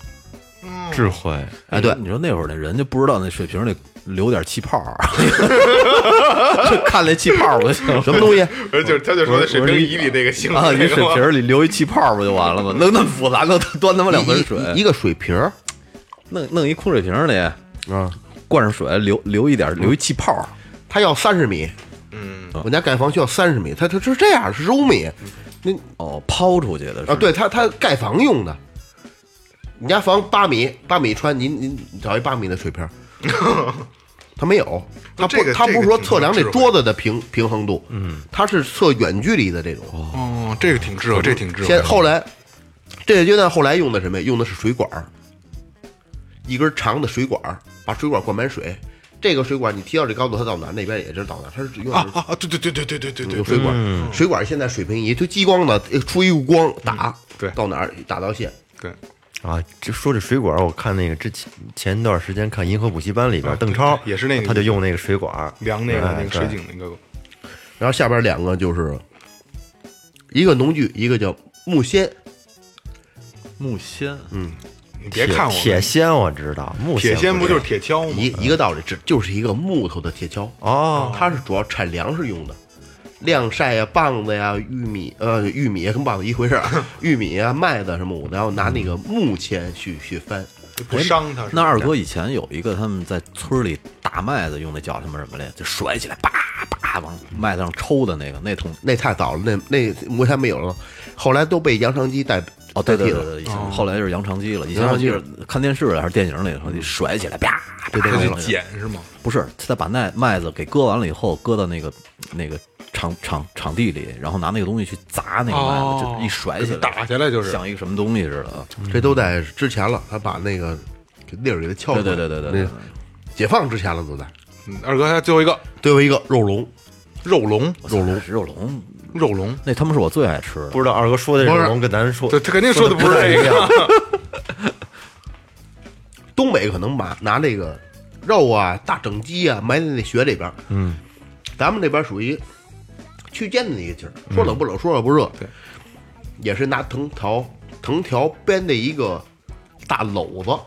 Speaker 3: 智慧，
Speaker 2: 哎，对，
Speaker 4: 你说那会儿那人就不知道那水瓶里留点气泡儿， 就看那气泡儿不就行了
Speaker 2: 什么东西？
Speaker 1: 不是就是他就说在水
Speaker 4: 我
Speaker 1: 平
Speaker 4: 说
Speaker 1: 仪里那个性
Speaker 4: 啊？
Speaker 1: 质
Speaker 4: 你
Speaker 1: 那
Speaker 4: 水
Speaker 1: 个吗
Speaker 4: 瓶儿里留一气泡儿不就完了吗？弄那么复杂，弄端他妈两盆水，
Speaker 2: 一一一个水瓶儿，
Speaker 4: 弄弄一空水瓶儿里，
Speaker 2: 啊，
Speaker 4: 灌上水，留留一点，留一气泡儿。
Speaker 2: 它要三十米。嗯，我家盖房需要三十米，它它是这样，是五米。那
Speaker 4: 哦，抛出去的是
Speaker 2: 啊，对，它它盖房用的。你家房八米，八米宽，您您找一八米的水 瓶儿，它没有，它不
Speaker 1: 这个
Speaker 2: 它不是说
Speaker 1: 这个挺有
Speaker 2: 测量这
Speaker 1: 智慧
Speaker 2: 桌子的平平衡度，嗯，它是测远距离的这种。
Speaker 1: 哦，这个挺智慧，这个挺智慧
Speaker 2: 先。后来，这个阶段后来用的什么呀？用的是水管儿，一根长的水管儿，把水管灌满水。这个水管你提到这高度，它到哪儿那边也就是到哪儿，它是用的
Speaker 1: 啊嗯
Speaker 2: 是
Speaker 1: 啊啊！对对对对对对对对
Speaker 2: 有，水管，水管现在水平仪就激光的，呃出一束光打，
Speaker 1: 嗯对
Speaker 2: 到哪儿打到线。
Speaker 1: 对，
Speaker 3: 啊，就说这水管儿，我看那个之前前一段时间看《银河补习班》里边儿，邓超
Speaker 1: 对也是那个
Speaker 3: 他就用那个水管儿
Speaker 1: 量那个
Speaker 3: 哎
Speaker 1: 那个水
Speaker 3: 对
Speaker 1: 井那个，
Speaker 2: 然后下边两个就是一个农具，一个叫木锨，
Speaker 4: 木锨，
Speaker 1: 你别看我们
Speaker 3: 铁锨我知道，木
Speaker 1: 铁锨不
Speaker 3: 知
Speaker 1: 就
Speaker 3: 道
Speaker 1: 是铁锹吗？
Speaker 2: 一
Speaker 4: 嗯
Speaker 2: 一个道理，这就是一个木头的铁锹。
Speaker 3: 哦，
Speaker 2: 它是主要产粮食用的，晾晒呀、棒子呀、玉米呃玉米跟棒子一回事 儿，玉米啊、麦子什么我都要拿那
Speaker 4: 嗯
Speaker 2: 个木签去去翻。
Speaker 1: 不伤啊它是吧。
Speaker 4: 那二哥以前有一个他们在村里打麦子用的叫什么什么来，就甩起来叭叭往麦子上抽的那个那桶。
Speaker 2: 那太早了，那那磨砂没有了，后来都被扬声机代
Speaker 4: 哦，
Speaker 2: 代
Speaker 4: 对对
Speaker 2: 替了。
Speaker 4: 对，以前后来就是扬长机了。以前
Speaker 2: 扬
Speaker 4: 我
Speaker 2: 长机
Speaker 4: 记得看电视了还是电影里头，你甩起来啪，
Speaker 2: 对对
Speaker 1: 它
Speaker 2: 对
Speaker 1: 去捡是吗？
Speaker 4: 不是他把麦麦子给割完了以后，割到那个那个场场场地里，然后拿那个东西去砸那个麦子，
Speaker 1: 哦
Speaker 4: 就一甩起
Speaker 1: 给
Speaker 4: 来
Speaker 1: 它打下来就是
Speaker 4: 像一个什么东西似的。
Speaker 2: 这都在之前了，他把那个给粒儿给它撬出
Speaker 4: 对
Speaker 1: 哦
Speaker 2: 来。
Speaker 4: 嗯对对对对对
Speaker 2: 那，解放之前了都在。
Speaker 1: 嗯二哥，他最后一个
Speaker 2: 最后一个肉龙，
Speaker 1: 肉龙，
Speaker 4: 肉龙肉龙，
Speaker 1: 肉龙，
Speaker 4: 那他们是我最爱吃的。
Speaker 3: 不知道二哥说的这种跟咱说
Speaker 1: 对，他肯定说的不是
Speaker 3: 太
Speaker 1: 这
Speaker 3: 一样
Speaker 1: 个。
Speaker 2: 东北可能把拿这个肉啊、大整鸡啊埋在那雪里边，嗯，咱们这边属于去尖的那个劲儿，说冷不冷，说热不热，
Speaker 1: 对，
Speaker 2: 也是拿藤条藤条编的一个大篓子，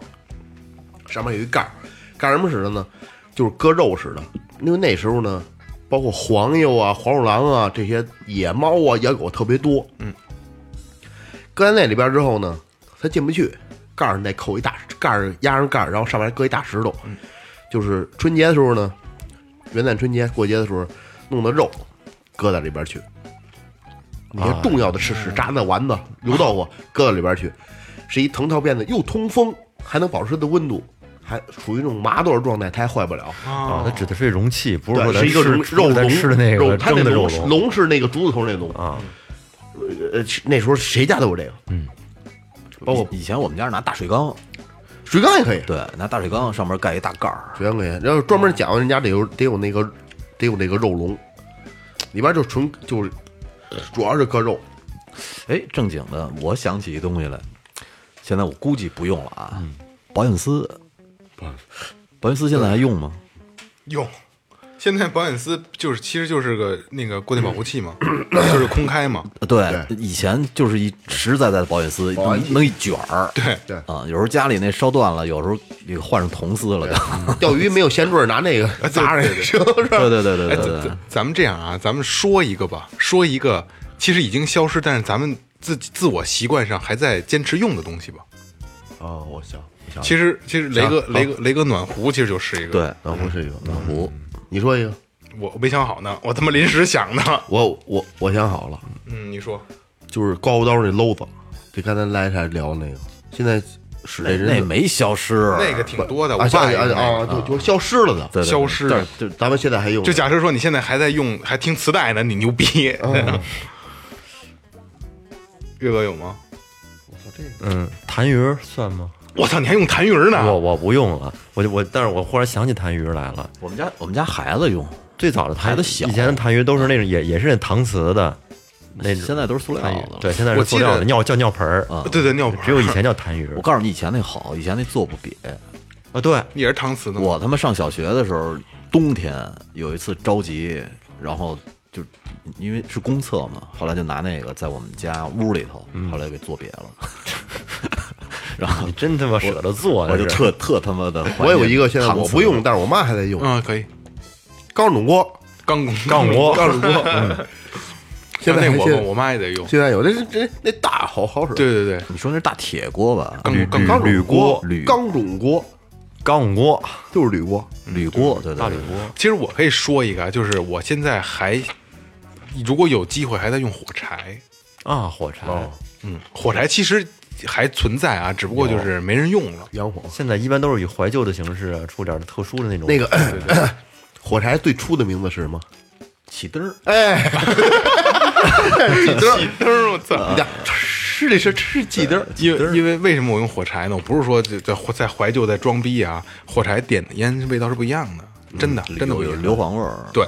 Speaker 2: 上面有一盖儿，干什么使的呢？就是割肉使的，因为那时候呢，包括黄鼬啊、黄鼠狼啊这些野猫啊、野狗特别多，嗯，搁在那里边之后呢，它进不去，盖儿上再扣一大盖儿压上盖儿，然后上面搁一大石头，就是春节的时候呢，元旦、春节、过节的时候弄的肉搁到里边去，那些重要的吃食、炸的丸子、油豆腐 搁到里边去，是一藤条编的，又通风，还能保持它的温度，还属于那种麻豆状态，它还坏不了。
Speaker 3: 啊，它指的是一容器，不是说
Speaker 2: 对，是
Speaker 3: 咱
Speaker 2: 一个
Speaker 3: 吃
Speaker 2: 龙肉
Speaker 3: 不
Speaker 2: 龙
Speaker 3: 是咱吃的那
Speaker 2: 肉
Speaker 3: 个
Speaker 2: 它
Speaker 3: 蒸
Speaker 2: 那
Speaker 3: 的肉
Speaker 2: 龙是
Speaker 3: 龙
Speaker 2: 龙是那个竹字头那龙，
Speaker 3: 啊，
Speaker 2: 呃，那时候谁家都有这个，包括
Speaker 4: 以前我们家是拿大水缸，
Speaker 2: 水缸也可以，
Speaker 4: 对，拿大水缸上面盖一大盖儿，
Speaker 2: 水缸可以，然后专门讲究人家得有得有那个得有那个肉龙，里边就纯就是主要是割肉，
Speaker 4: 哎，正经的，我想起一东西来，现在我估计不用了啊。保险丝，保险丝现在还用吗？
Speaker 1: 用现在保险丝就是其实就是个那个过电保护器嘛，就是空开嘛。
Speaker 4: 对，以前就是一实实在在的保险丝，能能一卷儿。
Speaker 1: 对
Speaker 2: 对
Speaker 4: 啊，有时候家里那烧断了，有时候也换成铜丝了就。
Speaker 2: 钓鱼没有线坠儿，拿那个砸人，是不是？
Speaker 4: 对对对对
Speaker 1: 哎，
Speaker 4: 对对
Speaker 1: 咱咱咱们这样啊，咱们说一个吧，说一个其实已经消失，但是咱们自己自我习惯上还在坚持用的东西吧。
Speaker 3: 哦，我想，我
Speaker 2: 啊
Speaker 3: 想，
Speaker 1: 其实其实雷哥雷哥雷哥暖壶其实就是一个，
Speaker 4: 对，
Speaker 3: 暖壶是一个暖壶，
Speaker 4: 壶
Speaker 2: 你说一个，
Speaker 1: 我我没想好呢，我他妈临时想的。
Speaker 2: 我我我想好了，
Speaker 1: 嗯，你说
Speaker 2: 就是刮胡刀那篓子，这刚才来才聊那个，现在使这
Speaker 4: 那
Speaker 2: 人
Speaker 4: 那
Speaker 2: 怎么
Speaker 4: 没消失，
Speaker 1: 那个挺多的，我
Speaker 2: 啊，像
Speaker 1: 爸也
Speaker 2: 啊
Speaker 1: 有那个
Speaker 2: 啊，就就消失了的，
Speaker 4: 对对对
Speaker 1: 消失
Speaker 2: 但
Speaker 1: 的
Speaker 2: 是。就咱们现在还用，
Speaker 1: 就假设说你现在还在用，还听磁带呢，你牛逼。
Speaker 2: 嗯
Speaker 1: 岳哥有吗？
Speaker 3: 嗯，痰盂算吗？
Speaker 1: 我操，你还用痰盂呢？
Speaker 3: 我我不用了，我就我，但是我忽然想起痰盂来了。
Speaker 4: 我们家我们家孩子用，
Speaker 3: 最早的痰
Speaker 4: 孩子小
Speaker 3: 以前的痰盂都是那种也也是那搪瓷的，那
Speaker 4: 现在都是塑料
Speaker 3: 痰
Speaker 4: 的
Speaker 3: 盂。对，现在
Speaker 1: 我
Speaker 3: 是
Speaker 1: 记
Speaker 3: 塑料
Speaker 1: 得
Speaker 3: 的尿叫尿盆儿
Speaker 4: 啊
Speaker 1: 对对，尿盆
Speaker 3: 只有以前叫痰盂
Speaker 4: 我告诉你，以前那好，以前那做不瘪。
Speaker 3: 啊，对，
Speaker 1: 也是搪瓷的吗。
Speaker 4: 我他妈上小学的时候，冬天有一次着急，然后就因为是公厕嘛，后来就拿那个在我们家屋里头，
Speaker 1: 嗯
Speaker 4: 后来给做瘪了， 然后
Speaker 3: 你真他妈舍得做，啊
Speaker 4: 我就
Speaker 3: 这是
Speaker 4: 特特他妈的怀念搿。
Speaker 2: 我有一个现在我不用，但是我妈还在用，
Speaker 4: 嗯
Speaker 1: 啊，可以。
Speaker 2: 高冷锅，
Speaker 1: 钢骨
Speaker 3: 杠
Speaker 1: 骨
Speaker 3: 锅，
Speaker 1: 钢
Speaker 3: 锅， 嗯
Speaker 2: 现在
Speaker 1: 那
Speaker 2: 还
Speaker 1: 我
Speaker 2: 现
Speaker 1: 我妈也得用。
Speaker 2: 现在有那那那大好好使，
Speaker 1: 对，对对，
Speaker 4: 你说那是大铁锅吧？
Speaker 1: 钢钢
Speaker 2: 钢
Speaker 1: 钢
Speaker 2: 种锅
Speaker 4: 铝，
Speaker 2: 钢种锅
Speaker 3: 钢锅，
Speaker 2: 就是铝锅，
Speaker 1: 嗯
Speaker 4: 铝锅，对对
Speaker 3: 大铝
Speaker 4: 对，
Speaker 3: 锅，
Speaker 1: 其实我可以说一个啊，就是我现在还如果有机会还在用火柴。
Speaker 3: 啊，火柴。
Speaker 1: 嗯，火柴其实还存在啊，只不过就是没人用了。
Speaker 2: 洋火。
Speaker 3: 现在一般都是以怀旧的形式啊出点儿特殊的那种。
Speaker 2: 那个 火柴最初的名字是什么？
Speaker 4: 起灯儿，
Speaker 2: 哎，
Speaker 1: 熄灯，
Speaker 2: 几灯
Speaker 1: 我
Speaker 4: 啊
Speaker 1: 操！
Speaker 2: 儿，是这是是几灯儿？
Speaker 1: 因为因为为什么我用火柴呢？我不是说在在在怀旧在装逼啊，火柴点的烟味道是不一样的，真的真的
Speaker 4: 嗯有
Speaker 1: 不一
Speaker 4: 有
Speaker 1: 样。
Speaker 4: 硫磺啊味儿。
Speaker 1: 对，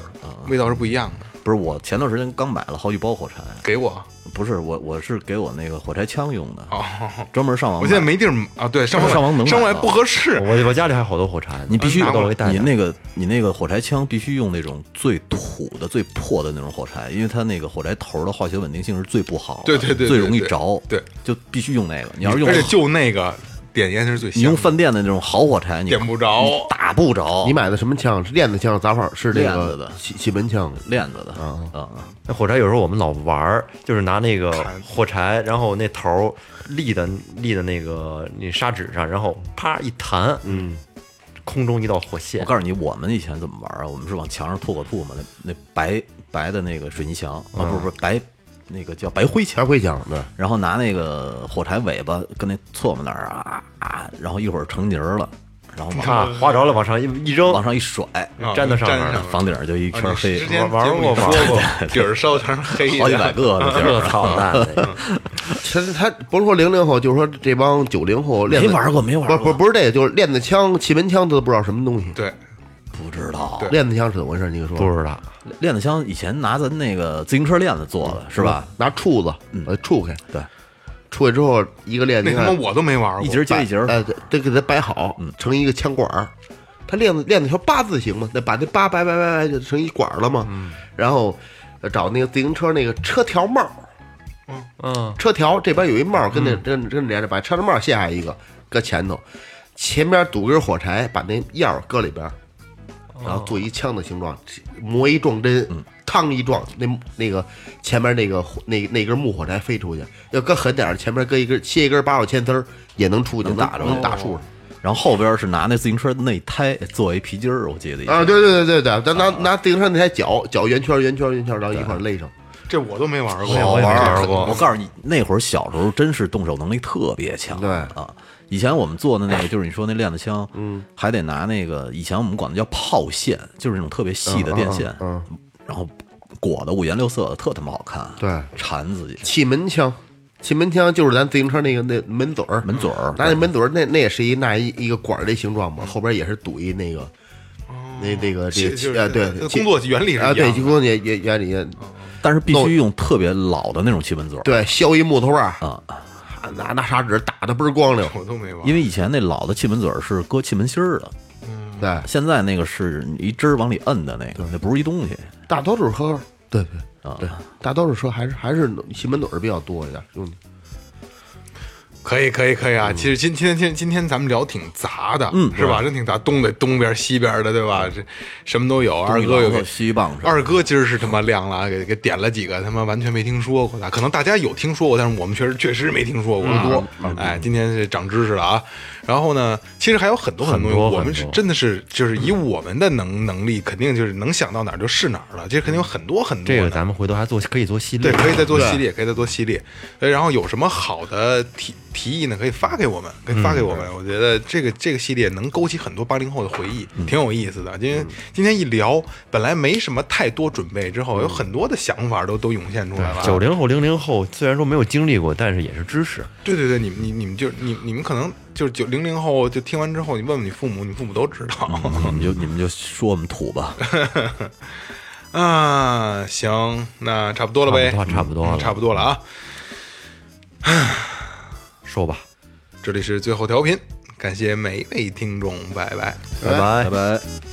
Speaker 1: 味道是不一样的。
Speaker 4: 不是我前段时间刚买了好几包火柴，
Speaker 1: 给我
Speaker 4: 不是我我是给我那个火柴枪用的，
Speaker 1: 哦，
Speaker 4: 专门上网
Speaker 1: 我
Speaker 4: 买。
Speaker 1: 现在没地儿啊，对，上网
Speaker 4: 哦上网能买啊
Speaker 1: 上网
Speaker 4: 到
Speaker 1: 不合适。
Speaker 3: 我我家里还有好多火柴呢，
Speaker 4: 你必
Speaker 1: 呃
Speaker 4: 须哦
Speaker 3: 都会带着。
Speaker 4: 你那个你那个火柴枪必须用那种最土的、最破的那种火柴，因为它那个火柴头的化学稳定性是最不好的，
Speaker 1: 对对对对
Speaker 4: 最容易着，
Speaker 1: 对，
Speaker 4: 就必须用那个。你要是用
Speaker 1: 而且就那个点烟是最
Speaker 4: 你
Speaker 1: 香
Speaker 4: 用
Speaker 1: 的，
Speaker 4: 饭店的那种好火柴，你
Speaker 1: 点不着
Speaker 4: 你打不着，
Speaker 2: 你买的什么枪？是链子枪、杂炮？是这
Speaker 4: 链哦子
Speaker 2: 个
Speaker 4: 的
Speaker 2: 气气门枪？
Speaker 4: 链子的
Speaker 2: 嗯
Speaker 4: 啊啊，
Speaker 3: 那火柴有时候我们老玩儿，就是拿那个火柴，然后那头儿立的立的那个那砂纸上，然后啪一弹，嗯，空中一道火
Speaker 4: 我
Speaker 3: 线。
Speaker 4: 告诉你，我们以前怎么玩啊？我们是往墙上吐口吐嘛，那那白白的那个水泥墙啊，不是不是白，那个叫白灰墙
Speaker 2: 全。会讲的，
Speaker 4: 然后拿那个火柴尾巴跟那唾沫那儿啊啊，然后一会儿成泥儿了，然后往
Speaker 3: 啊，划着了，往上一一
Speaker 2: 哦
Speaker 3: 扔，
Speaker 4: 往上一甩，
Speaker 1: 啊
Speaker 3: 粘到上
Speaker 1: 粘
Speaker 3: 面
Speaker 1: 上
Speaker 2: 嗯
Speaker 3: 了。
Speaker 1: 了
Speaker 4: 房顶儿就一圈
Speaker 1: 啊你
Speaker 4: 黑
Speaker 1: 之，前
Speaker 3: 玩
Speaker 1: 节目
Speaker 3: 过
Speaker 1: 里
Speaker 3: 玩
Speaker 1: 说过，底儿烧成黑的，
Speaker 4: 好几百个呢，就是
Speaker 3: 我操蛋的！
Speaker 2: 他他不是说零零后，就是说这帮九零后链子
Speaker 4: 没玩过没玩过
Speaker 2: 不不不是这个，就是链子枪、气门枪，都不知道什么东西。
Speaker 1: 对，
Speaker 4: 不知道。
Speaker 2: 链子枪是怎么回事？你给说
Speaker 3: 不知道，
Speaker 4: 链子枪以前拿咱那个自行车链子做
Speaker 2: 嗯
Speaker 4: 的是吧？？
Speaker 2: 拿杵子，
Speaker 4: 嗯
Speaker 2: 呃，杵开，
Speaker 4: 对，
Speaker 2: 杵开之后一个链子，
Speaker 1: 那
Speaker 2: 你
Speaker 1: 他妈
Speaker 2: 看
Speaker 1: 我都没玩过，
Speaker 4: 一节接一节儿，
Speaker 2: 哎，这给它摆好，成一个枪管儿。它链子链子条八字形嘛，那把那八掰掰掰掰就成一管儿了嘛。然后呃找那个自行车那个车条帽儿，
Speaker 3: 嗯，
Speaker 2: 车条这边有一帽儿跟那跟跟连着，把车条帽儿卸下一个搁前头，前边堵根火柴，把那药儿搁里边儿，然后做一枪的形状，磨一撞针，嘡一撞，那那个前面那个火那那根木火柴飞出去，要搁狠点儿，前面搁一根切一根八宝铅丝儿也能出去，能打着能哦打树上。
Speaker 4: 然后后边是拿那自行车内胎做一皮筋儿，我记得以前
Speaker 2: 啊，对对对对对，咱拿拿自行车那台绞绞圆圈圆圈圆圈，然后一块儿勒上。
Speaker 1: 这我都没玩
Speaker 4: 哦
Speaker 3: 好
Speaker 1: 过。
Speaker 3: 玩儿
Speaker 4: 我告诉你，那会儿小时候真是动手能力特别强。
Speaker 2: 对
Speaker 4: 啊，以前我们做的那个就是你说那链子枪，嗯，还得拿那个以前我们管它叫炮线，就是那种特别细的电线，
Speaker 2: 嗯
Speaker 4: 然后裹得五颜六色的，特他妈好看。
Speaker 2: 对
Speaker 4: 缠自己
Speaker 2: 气门枪，气门枪就是咱自行车那个那门嘴儿，
Speaker 4: 门嘴儿，
Speaker 2: 拿那门嘴儿那那也是一那一一个管儿的形状嘛，后边也是堵一那个。那那个这
Speaker 1: 哦气就是
Speaker 2: 个啊，对
Speaker 1: 这个，工作原理是一
Speaker 2: 啊，
Speaker 1: 样的哦
Speaker 2: 对，工作原原原理，
Speaker 4: 但是必须用特别老的那种气门嘴儿，
Speaker 2: 对，削一木头棒
Speaker 4: 啊，
Speaker 2: 拿拿砂纸打的倍儿光溜，
Speaker 1: 我都没玩，嗯
Speaker 4: 因为以前那老的气门嘴儿是搁气门芯儿的，
Speaker 2: 对，
Speaker 4: 现在那个是你一汁儿往里摁的那个，那不是一东西。
Speaker 2: 大多数喝，对对
Speaker 4: 啊
Speaker 2: 对，大多数车还是还是西门嘴儿比较多一点用的。
Speaker 1: 可以，可以，可以啊！其实今今天今今天咱们聊挺杂的，嗯，是吧？真挺杂，东的东边西边的，对吧？这什么都有。二哥有
Speaker 4: 个
Speaker 1: 个
Speaker 4: 西棒 子，
Speaker 1: 二哥今儿是他妈亮了啊，给给点了几个他妈完全没听说过的，可能大家有听说过，但是我们确实确实没听说过
Speaker 3: 嗯
Speaker 1: 啊。哎，今天是长知识了啊。然后呢，其实还有很多很多东
Speaker 3: 很
Speaker 1: 西，
Speaker 3: 多
Speaker 1: 我们是
Speaker 3: 很多
Speaker 1: 真的是就是以我们的能能力，肯定就是能想到哪儿就是哪儿了。其实肯定有很多很多
Speaker 3: 这
Speaker 1: 呢。
Speaker 3: 个咱们回头还做可以做系列，
Speaker 1: 嗯对，可以再做系列，可以再做系列。呃，然后有什么好的提提议呢？可以发给我们，可以发给我
Speaker 3: 嗯
Speaker 1: 们。我觉得这个这个系列能勾起很多八零后的回忆，
Speaker 3: 嗯
Speaker 1: 挺有意思的。因为今天一聊，本来没什么太多准备，之后有很多的想法都都涌现出来了。
Speaker 3: 嗯九零后、零零后虽然说没有经历过，但是也是知识。
Speaker 1: 对对对，你们你你们就你你们可能就是九零零后，就听完之后，你问问你父母，你父母都知道。
Speaker 3: 嗯
Speaker 4: 你们就你们就说我们土吧。
Speaker 1: 啊，行，那差不多了呗，
Speaker 3: 差不多
Speaker 1: 嗯
Speaker 3: 了
Speaker 1: 差不多了啊。
Speaker 3: 说吧，
Speaker 1: 这里是最后调频，感谢每一位听众，拜拜。
Speaker 4: 拜拜拜。